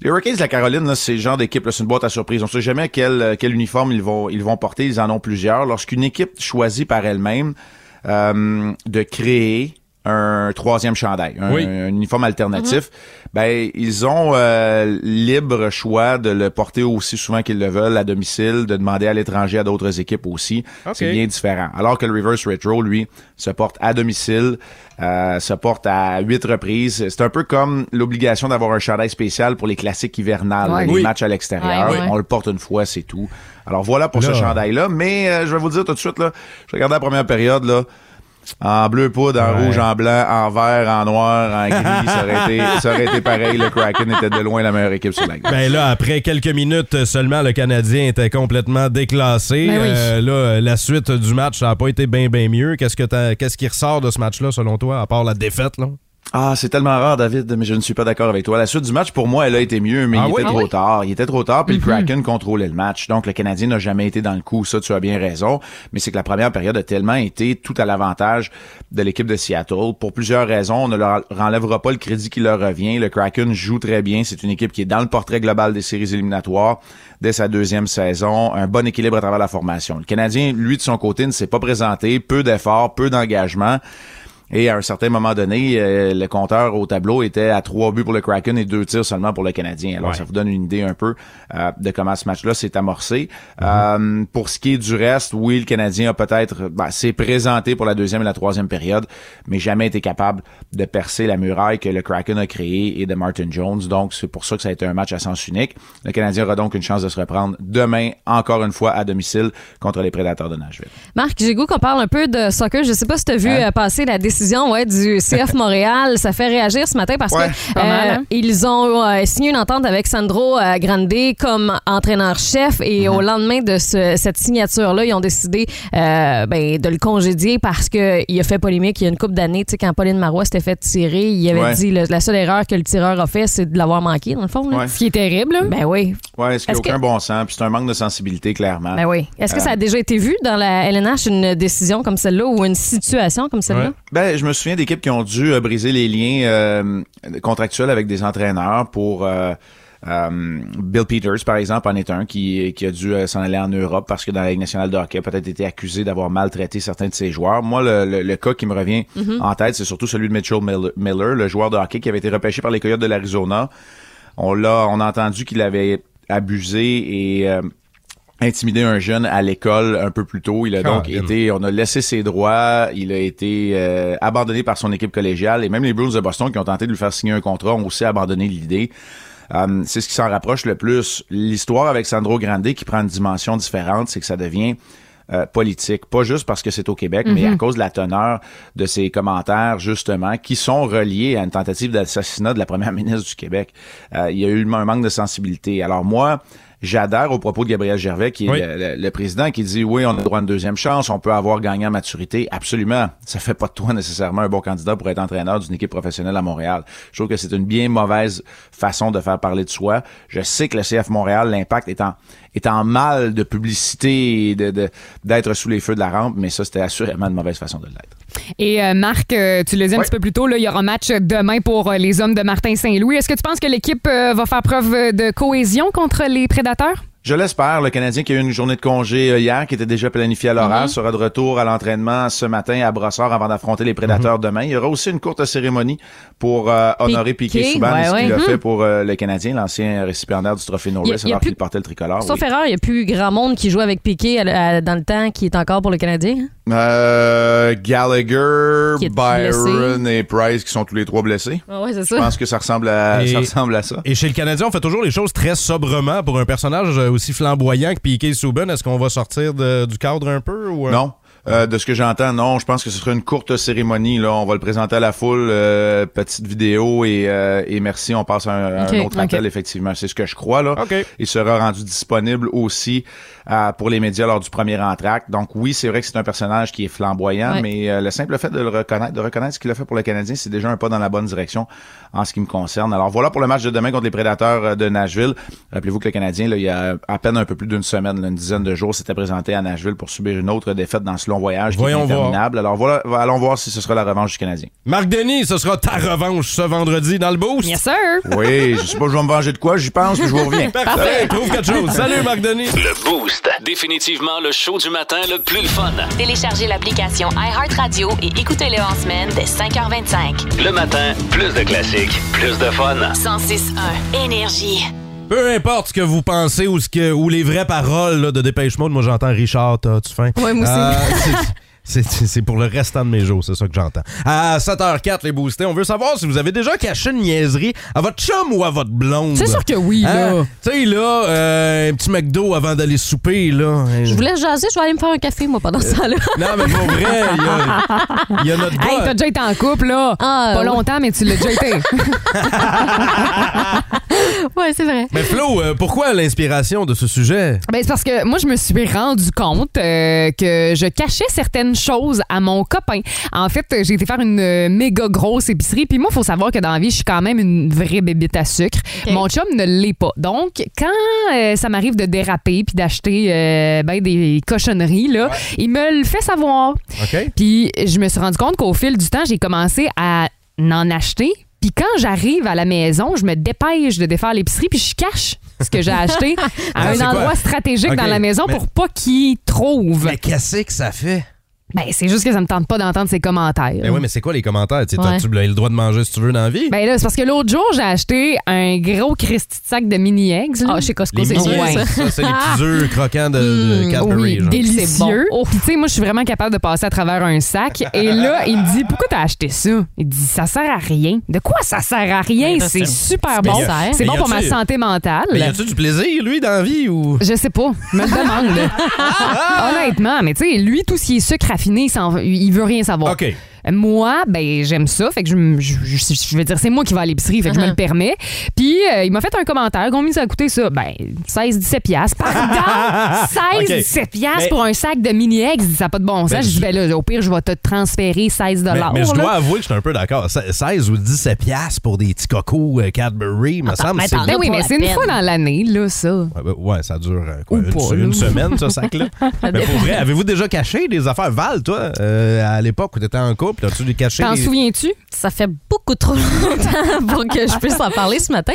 Speaker 17: les Hurricanes de la Caroline, là, c'est le genre d'équipe, là, c'est une boîte à surprise. On sait jamais quel, euh, quel uniforme ils vont, ils vont porter. Ils en ont plusieurs. Lorsqu'une équipe choisit par elle-même euh, de créer un troisième chandail, un,
Speaker 5: Oui.
Speaker 17: un uniforme alternatif, ben ils ont euh, libre choix de le porter aussi souvent qu'ils le veulent à domicile, de demander à l'étranger à d'autres équipes aussi.
Speaker 5: Ok.
Speaker 17: C'est bien différent. Alors que le reverse retro, lui, se porte à domicile, euh, se porte à huit reprises. C'est un peu comme l'obligation d'avoir un chandail spécial pour les classiques hivernales,
Speaker 5: Ouais.
Speaker 17: les
Speaker 5: Oui.
Speaker 17: matchs à l'extérieur.
Speaker 5: Ouais, ouais.
Speaker 17: On le porte une fois, c'est tout. Alors voilà pour
Speaker 5: Là.
Speaker 17: ce chandail-là. Mais euh, je vais vous dire tout de suite, là, je regardais la première période, là. En bleu poudre, en rouge, en blanc, en vert, en noir, en gris, ça aurait été, ça aurait été pareil. Le Kraken était de loin la meilleure équipe sur la glace.
Speaker 5: Ben là, après quelques minutes seulement, le Canadien était complètement déclassé.
Speaker 17: Ben oui.
Speaker 5: Euh, là, la suite du match, ça n'a pas été bien, bien mieux. Qu'est-ce, que t'as- qu'est-ce qui ressort de ce match-là, selon toi, à part la défaite, là?
Speaker 17: Ah, c'est tellement rare, David, mais je ne suis pas d'accord avec toi. La suite du match, pour moi, elle a été mieux, mais
Speaker 5: Ah
Speaker 17: il
Speaker 5: oui?
Speaker 17: était
Speaker 5: Ah
Speaker 17: trop
Speaker 5: oui?
Speaker 17: tard. Il était trop tard, puis
Speaker 5: Mhm.
Speaker 17: le Kraken contrôlait le match. Donc, le Canadien n'a jamais été dans le coup. Ça, tu as bien raison. Mais c'est que la première période a tellement été tout à l'avantage de l'équipe de Seattle. Pour plusieurs raisons, on ne leur enlèvera pas le crédit qui leur revient. Le Kraken joue très bien. C'est une équipe qui est dans le portrait global des séries éliminatoires dès sa deuxième saison. Un bon équilibre à travers la formation. Le Canadien, lui, de son côté, ne s'est pas présenté. Peu d'efforts, peu d'engagement. Et à un certain moment donné, euh, le compteur au tableau était à trois buts pour le Kraken et deux tirs seulement pour le Canadien. Alors, ça vous donne une idée un peu euh, de comment ce match-là s'est amorcé. Euh, pour ce qui est du reste, oui, le Canadien a peut-être ben, s'est présenté pour la deuxième et la troisième période, mais jamais été capable de percer la muraille que le Kraken a créée et de Martin Jones. Donc, c'est pour ça que ça a été un match à sens unique. Le Canadien aura donc une chance de se reprendre demain, encore une fois, à domicile contre les Prédateurs de Nashville.
Speaker 7: Marc, j'ai goût qu'on parle un peu de soccer. Je sais pas si tu as vu
Speaker 17: Hein?
Speaker 7: euh, passer la décision ouais, du CF Montréal. Ça fait réagir ce matin parce
Speaker 17: Ouais.
Speaker 7: que
Speaker 17: Pas mal, hein?
Speaker 7: ils ont euh, signé une entente avec Sandro euh, Grande comme entraîneur-chef et
Speaker 17: Mm-hmm.
Speaker 7: au lendemain de ce- cette signature-là, ils ont décidé euh, ben, de le congédier parce qu'il a fait polémique il y a une couple d'années. Tu sais, quand Pauline Marois s'était fait tirer, il avait
Speaker 17: Ouais.
Speaker 7: dit le- la seule erreur que le tireur a fait, c'est de l'avoir manqué, dans le fond. là.
Speaker 17: Ouais.
Speaker 7: Ce qui est terrible. là. Ben oui.
Speaker 17: Ouais, ce qui n'a
Speaker 7: Est-ce que-
Speaker 17: aucun bon sens, puis c'est un manque de sensibilité, clairement.
Speaker 7: Ben oui. Est-ce que
Speaker 17: Euh,
Speaker 7: ça a déjà été vu dans la LNH une décision comme celle-là ou une situation comme celle-là?
Speaker 17: Ouais. Ben, je me souviens d'équipes qui ont dû euh, briser les liens euh, contractuels avec des entraîneurs pour euh, euh, Bill Peters, par exemple, en est un qui, qui a dû euh, s'en aller en Europe parce que dans la Ligue nationale de hockey, a peut-être été accusé d'avoir maltraité certains de ses joueurs. Moi, le, le- le cas qui me revient
Speaker 7: Mm-hmm.
Speaker 5: Mhm.
Speaker 17: en tête, c'est surtout celui de Mitchell Miller, Miller, le joueur de hockey qui avait été repêché par les Coyotes de l'Arizona. On l'a, on a entendu qu'il avait abusé et euh, intimidé un jeune à l'école un peu plus tôt. Il a donc
Speaker 5: Caroline.
Speaker 17: été, on a laissé ses droits, il a été euh, abandonné par son équipe collégiale et même les Bruins de Boston qui ont tenté de lui faire signer un contrat ont aussi abandonné l'idée. Euh, c'est ce qui s'en rapproche le plus. L'histoire avec Sandro Grande qui prend une dimension différente, c'est que ça devient euh, politique, pas juste parce que c'est au Québec, mais
Speaker 5: Mhm.
Speaker 17: à cause de la teneur de ses commentaires, justement, qui sont reliés à une tentative d'assassinat de la première ministre du Québec. Euh, il y a eu un manque de sensibilité. Alors moi, j'adhère aux propos de Gabriel Gervais, qui est
Speaker 5: Oui.
Speaker 17: le, le- le président, qui dit, oui, on a droit à une deuxième chance, on peut avoir gagné en maturité. Absolument. Ça fait pas de toi nécessairement un bon candidat pour être entraîneur d'une équipe professionnelle à Montréal. Je trouve que c'est une bien mauvaise façon de faire parler de soi. Je sais que le CF Montréal, l'impact est en, est en mal de publicité et de- de- d'être sous les feux de la rampe, mais ça, c'était assurément une mauvaise façon de l'être.
Speaker 6: Et euh, Marc, euh, tu le disais un
Speaker 17: Ouais.
Speaker 6: petit peu plus tôt, là, il y aura un match demain pour euh, les hommes de Martin Saint-Louis. Est-ce que tu penses que l'équipe euh, va faire preuve de cohésion contre les prédateurs?
Speaker 17: Je l'espère. Le Canadien qui a eu une journée de congé euh, hier, qui était déjà planifiée à l'horaire,
Speaker 7: Mhm.
Speaker 17: sera de retour à l'entraînement ce matin à Brossard avant d'affronter les Prédateurs demain. Il y aura aussi une courte cérémonie pour euh, honorer Piqué,
Speaker 7: Mhm. Piqué,
Speaker 17: Souban,
Speaker 7: ouais,
Speaker 17: ce qu'il
Speaker 7: ouais.
Speaker 17: a
Speaker 7: Mhm.
Speaker 17: fait pour euh, le Canadien, l'ancien récipiendaire du trophée
Speaker 7: Il y a-
Speaker 17: Norris,
Speaker 7: il y a
Speaker 17: alors
Speaker 7: plus-
Speaker 17: qu'il portait le
Speaker 5: Ah
Speaker 17: tricolore.
Speaker 7: Sauf
Speaker 17: oui.
Speaker 7: erreur, il n'y a plus grand monde qui joue avec Piqué à- à- dans le temps qui est encore pour le Canadien. hein?
Speaker 17: Euh, Gallagher,
Speaker 7: Qui est
Speaker 17: Byron et Price qui sont tous les trois blessés.
Speaker 7: Ah ouais, c'est
Speaker 17: Je pense que ça ressemble à
Speaker 5: Et-
Speaker 17: ça. Ressemble à ça.
Speaker 5: Et chez le Canadien, on fait toujours les choses très sobrement pour un personnage aussi flamboyant que Piqué Souben. Est-ce qu'on va sortir de- du cadre un peu? Ou, euh?
Speaker 17: Non. Euh, de ce que j'entends, non, je pense que ce sera une courte cérémonie. Là, on va le présenter à la foule, euh, petite vidéo et, euh, et merci. On passe à un, à un
Speaker 18: Ok,
Speaker 17: autre
Speaker 18: ok.
Speaker 17: appel, effectivement. C'est ce que je crois là. Il sera rendu disponible aussi à- pour les médias lors du premier entracte. Donc oui, c'est vrai que c'est un personnage qui est flamboyant,
Speaker 18: Ouais.
Speaker 17: mais euh, le simple fait de le reconnaître, de reconnaître ce qu'il a fait pour le Canadien, c'est déjà un pas dans la bonne direction en ce qui me concerne. Alors voilà pour le match de demain contre les Prédateurs euh, de Nashville. Rappelez-vous que le Canadien, là, il y a à peine un peu plus d'une semaine, là, une dizaine de jours, s'était présenté à Nashville pour subir une autre défaite dans ce long voyage qui est
Speaker 5: Voyons voir.
Speaker 17: interminable. Alors voilà, allons voir si ce sera la revanche du Canadien.
Speaker 5: Marc Denis, ce sera ta revanche ce vendredi dans le boost.
Speaker 6: Yes, sir.
Speaker 17: Oui, je sais pas, je vais me venger de quoi, j'y pense, puis je vous reviens.
Speaker 5: Parfait, trouve quelque chose. Salut, Marc Denis.
Speaker 2: Le Boost. Définitivement le show du matin le plus le fun.
Speaker 1: Téléchargez l'application iHeartRadio et écoutez-le en semaine dès 5h25.
Speaker 2: Le matin, plus de classiques, plus de fun.
Speaker 1: 106.1 Énergie.
Speaker 5: Peu importe ce que vous pensez ou, ce que, ou les vraies paroles là, de Dépêche Mode, moi j'entends Richard, t'as-tu faim? Euh,
Speaker 6: Ouais, moi aussi.
Speaker 5: c'est- c'est c'est pour le restant de mes jours, c'est ça que j'entends. À 7h04, les boostés, on veut savoir si vous avez déjà caché une niaiserie à votre chum ou à votre blonde. Hein?
Speaker 6: C'est sûr que oui, là.
Speaker 5: Tu sais, là, euh, un petit McDo avant d'aller souper, là.
Speaker 7: Je voulais jaser, je vais aller me faire un café, moi, pendant ce temps-là.
Speaker 5: Non, mais pour vrai, il y a- il y, a notre
Speaker 6: Ah, Hey,
Speaker 5: gars-
Speaker 6: t'as déjà été en couple, là. Pas
Speaker 7: ouais.
Speaker 6: longtemps, mais tu l'as déjà été.
Speaker 7: ouais, c'est vrai.
Speaker 5: Mais Flo, euh, pourquoi l'inspiration de ce sujet?
Speaker 6: Ben, c'est parce que moi, je me suis rendu compte euh, que je cachais certaines choses à mon copain. En fait, euh, j'ai été faire une euh, méga grosse épicerie. Puis moi, il faut savoir que dans la vie, je suis quand même une vraie bébite à sucre. Mon chum ne l'est pas. Donc, quand euh, ça m'arrive de déraper puis d'acheter euh, ben, des cochonneries, là, il me le fait savoir.
Speaker 5: OK.
Speaker 6: Puis je me suis rendu compte qu'au fil du temps, j'ai commencé à en acheter. Puis quand j'arrive à la maison, je me dépêche de défaire l'épicerie puis je cache ce que j'ai acheté à
Speaker 5: Ah,
Speaker 6: un
Speaker 5: c'est
Speaker 6: endroit
Speaker 5: quoi?
Speaker 6: stratégique dans
Speaker 5: Ok,
Speaker 6: la maison
Speaker 5: mais-
Speaker 6: pour pas qu'il trouve.
Speaker 5: Mais qu'est-ce que ça fait?
Speaker 6: Ben, c'est juste que ça me tente pas d'entendre ses commentaires.
Speaker 5: Ben oui, mais c'est quoi les commentaires? Tu sais,
Speaker 6: Euh. Ouais.
Speaker 5: t'as- Tu as le droit de manger si tu veux dans la vie?
Speaker 6: Ben là, c'est parce que l'autre jour, j'ai acheté un gros Christy de sac de mini eggs. Ah, chez Costco,
Speaker 5: Les mini-eggs, ça, Ah! Mm, c'est les petits œufs croquants de, de Cadbury.
Speaker 6: Ah. Hmm. Oui,
Speaker 5: genre.
Speaker 6: délicieux.
Speaker 5: Oh.
Speaker 6: Puis tu sais, moi, je suis vraiment capable de passer à travers un sac. Et là, il me dit, pourquoi t'as acheté ça? Il dit, ça sert à rien. De quoi ça sert à rien?
Speaker 7: Mais là,
Speaker 6: C'est
Speaker 7: c'est-
Speaker 6: super
Speaker 7: Mais
Speaker 6: bon.
Speaker 7: y a-
Speaker 6: C'est
Speaker 5: mais
Speaker 6: bon
Speaker 5: y
Speaker 6: pour ma
Speaker 5: a-tu-
Speaker 6: santé mentale.
Speaker 5: Mais y a-tu du plaisir, lui, dans la vie? Ou...
Speaker 6: Je sais pas. Je me le demande. Honnêtement, mais tu sais, lui, tout ce qui est sucre raffiné, il s'en- il veut rien savoir.
Speaker 5: OK.
Speaker 6: Moi, ben j'aime ça, fait que je, me- je, je- je veux dire c'est moi qui vais à l'épicerie, fait que je
Speaker 5: Uh-huh.
Speaker 6: me le permets. Puis euh, il m'a fait un commentaire, combien ça a coûté ça Ben 16 17 piastres. Pardon, 16
Speaker 5: OK.
Speaker 6: 17 piastres
Speaker 5: Mais-
Speaker 6: pour un sac de mini eggs, ça n'a pas de bon sens.
Speaker 5: Mais
Speaker 6: je dis
Speaker 5: je-
Speaker 6: ben là au pire je vais te transférer 16
Speaker 5: Mais,
Speaker 6: dollars.
Speaker 5: mais je dois avouer que je suis un peu d'accord. Se- 16 ou 17 piastres pour des petits cocos euh, Cadbury, me semble. c'est-
Speaker 6: Ben oui, mais c'est une fois dans l'année là ça.
Speaker 5: Ouais, ben, ouais, ça dure euh, quoi, une,
Speaker 6: pas,
Speaker 5: se-
Speaker 6: là.
Speaker 5: une semaine, ce sac-là. mais pour vrai, avez-vous déjà caché des affaires? Val, toi, euh, à l'époque où t'étais en couple, as-tu des cachés?
Speaker 7: T'en
Speaker 5: des-
Speaker 6: souviens-tu?
Speaker 7: Ça fait beaucoup trop longtemps pour que je puisse en parler ce matin.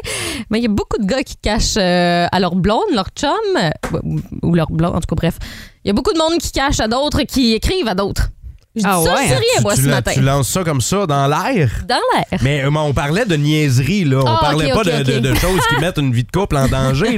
Speaker 7: Mais il y a beaucoup de gars qui cachent euh, à leur blonde, leur chum, euh, ou- ou leur blonde, en tout cas, bref. Il y a beaucoup de monde qui cache à d'autres, qui écrivent à d'autres. Je dis
Speaker 5: Ah
Speaker 7: ça,
Speaker 5: ouais?
Speaker 7: je sais rien, moi,
Speaker 5: tu,
Speaker 7: ce
Speaker 5: la-
Speaker 7: matin.
Speaker 5: tu lances ça comme ça dans l'air?
Speaker 7: Dans l'air.
Speaker 5: Mais, euh, mais on parlait de niaiserie, là. On
Speaker 7: Ah,
Speaker 5: parlait
Speaker 7: ok,
Speaker 5: pas
Speaker 7: ok,
Speaker 5: de- de,
Speaker 7: ok.
Speaker 5: de choses qui mettent une vie de couple en danger,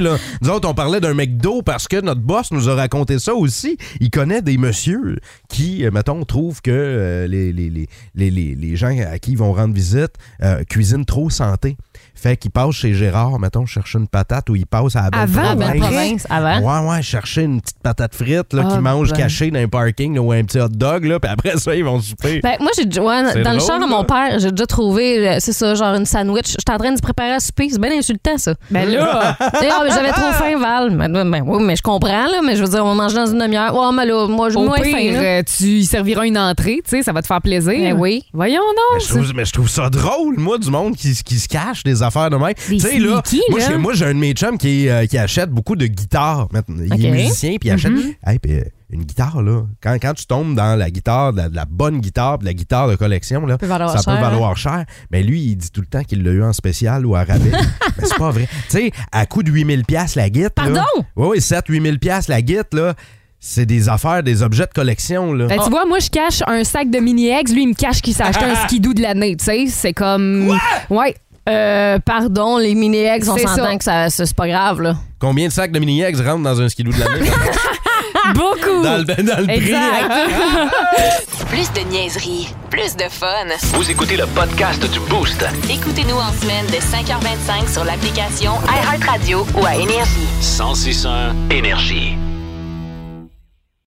Speaker 5: là. Nous autres, on parlait d'un McDo parce que notre boss nous a raconté ça aussi. Il connaît des messieurs qui, euh, mettons, trouvent que euh, les, les, les, les, les- les gens à qui ils vont rendre visite euh, cuisinent trop santé. Fait qu'ils passent chez Gérard, mettons, chercher une patate ou ils passent à la belle
Speaker 7: Avant,
Speaker 5: province.
Speaker 7: Belle Province, avant.
Speaker 5: Ouais, ouais, chercher une petite patate frite là,
Speaker 7: Ah,
Speaker 5: qu'ils mangent
Speaker 7: ben.
Speaker 5: cachée dans un parking là, ou un petit hot dog, là, puis après ça, ils vont souper.
Speaker 7: Ben, moi, j'ai ouais, dans
Speaker 5: C'est
Speaker 7: le
Speaker 5: drôle,
Speaker 7: char à mon père, j'ai déjà trouvé, euh, c'est ça, genre une sandwich. J'étais en train de se préparer à souper. C'est bien insultant, ça.
Speaker 6: Ben là!
Speaker 7: Tu sais, ah, mais j'avais trop faim, Val. Ben, ben, ben, oui, mais je comprends, là. Mais je veux dire, on mange dans une demi-heure. Ouais, mais là, moi, j'ai
Speaker 6: Au
Speaker 7: moins
Speaker 6: pire,
Speaker 7: faim. là.
Speaker 6: euh, tu y serviras une entrée, tu sais, ça va te faire plaisir.
Speaker 7: Ben oui.
Speaker 6: Voyons
Speaker 5: Mais
Speaker 6: donc.
Speaker 5: Ben, je, trouve, mais je trouve ça drôle, moi, du monde qui, qui se cache des affaires de même. Tu sais, là,
Speaker 6: sneaky,
Speaker 5: moi,
Speaker 6: là.
Speaker 5: j'ai- moi, j'ai un de mes chums qui, est, euh, qui achète beaucoup de guitares. maintenant. Il est
Speaker 6: Ok.
Speaker 5: musicien, puis il achète. Hey, puis, euh, une guitare, là, quand, quand tu tombes dans la guitare, de la, de la bonne guitare, de la guitare de collection, là,
Speaker 7: peut valoir
Speaker 5: ça peut
Speaker 7: cher,
Speaker 5: valoir cher. Mais lui, il dit tout le temps qu'il l'a eu en spécial ou à rabais. mais c'est pas vrai. Tu sais, à coût de 8000$ la guitare.
Speaker 7: Pardon?
Speaker 5: Oui, oui, 7-8000$ la guitare, là. C'est des affaires, des objets de collection, là.
Speaker 6: Ben, tu vois, moi, je cache un sac de mini-eggs. Lui, il me cache qu'il s'est acheté un skidoo de l'année. Tu sais, c'est comme. Ouais.
Speaker 7: Euh, pardon, les mini-eggs, on
Speaker 6: C'est ça.
Speaker 7: s'entend que ça, ça, c'est pas grave, là.
Speaker 5: Combien de sacs de mini-eggs rentrent dans un skidoo de l'année?
Speaker 7: Beaucoup!
Speaker 5: dans le, dans le prix. hein?
Speaker 6: Exact.
Speaker 1: plus de niaiserie, plus de fun.
Speaker 2: Vous écoutez le podcast du Boost.
Speaker 1: Écoutez-nous en semaine de 5h25 sur l'application iHeartRadio ou à Énergie.
Speaker 2: 106.1 Énergie.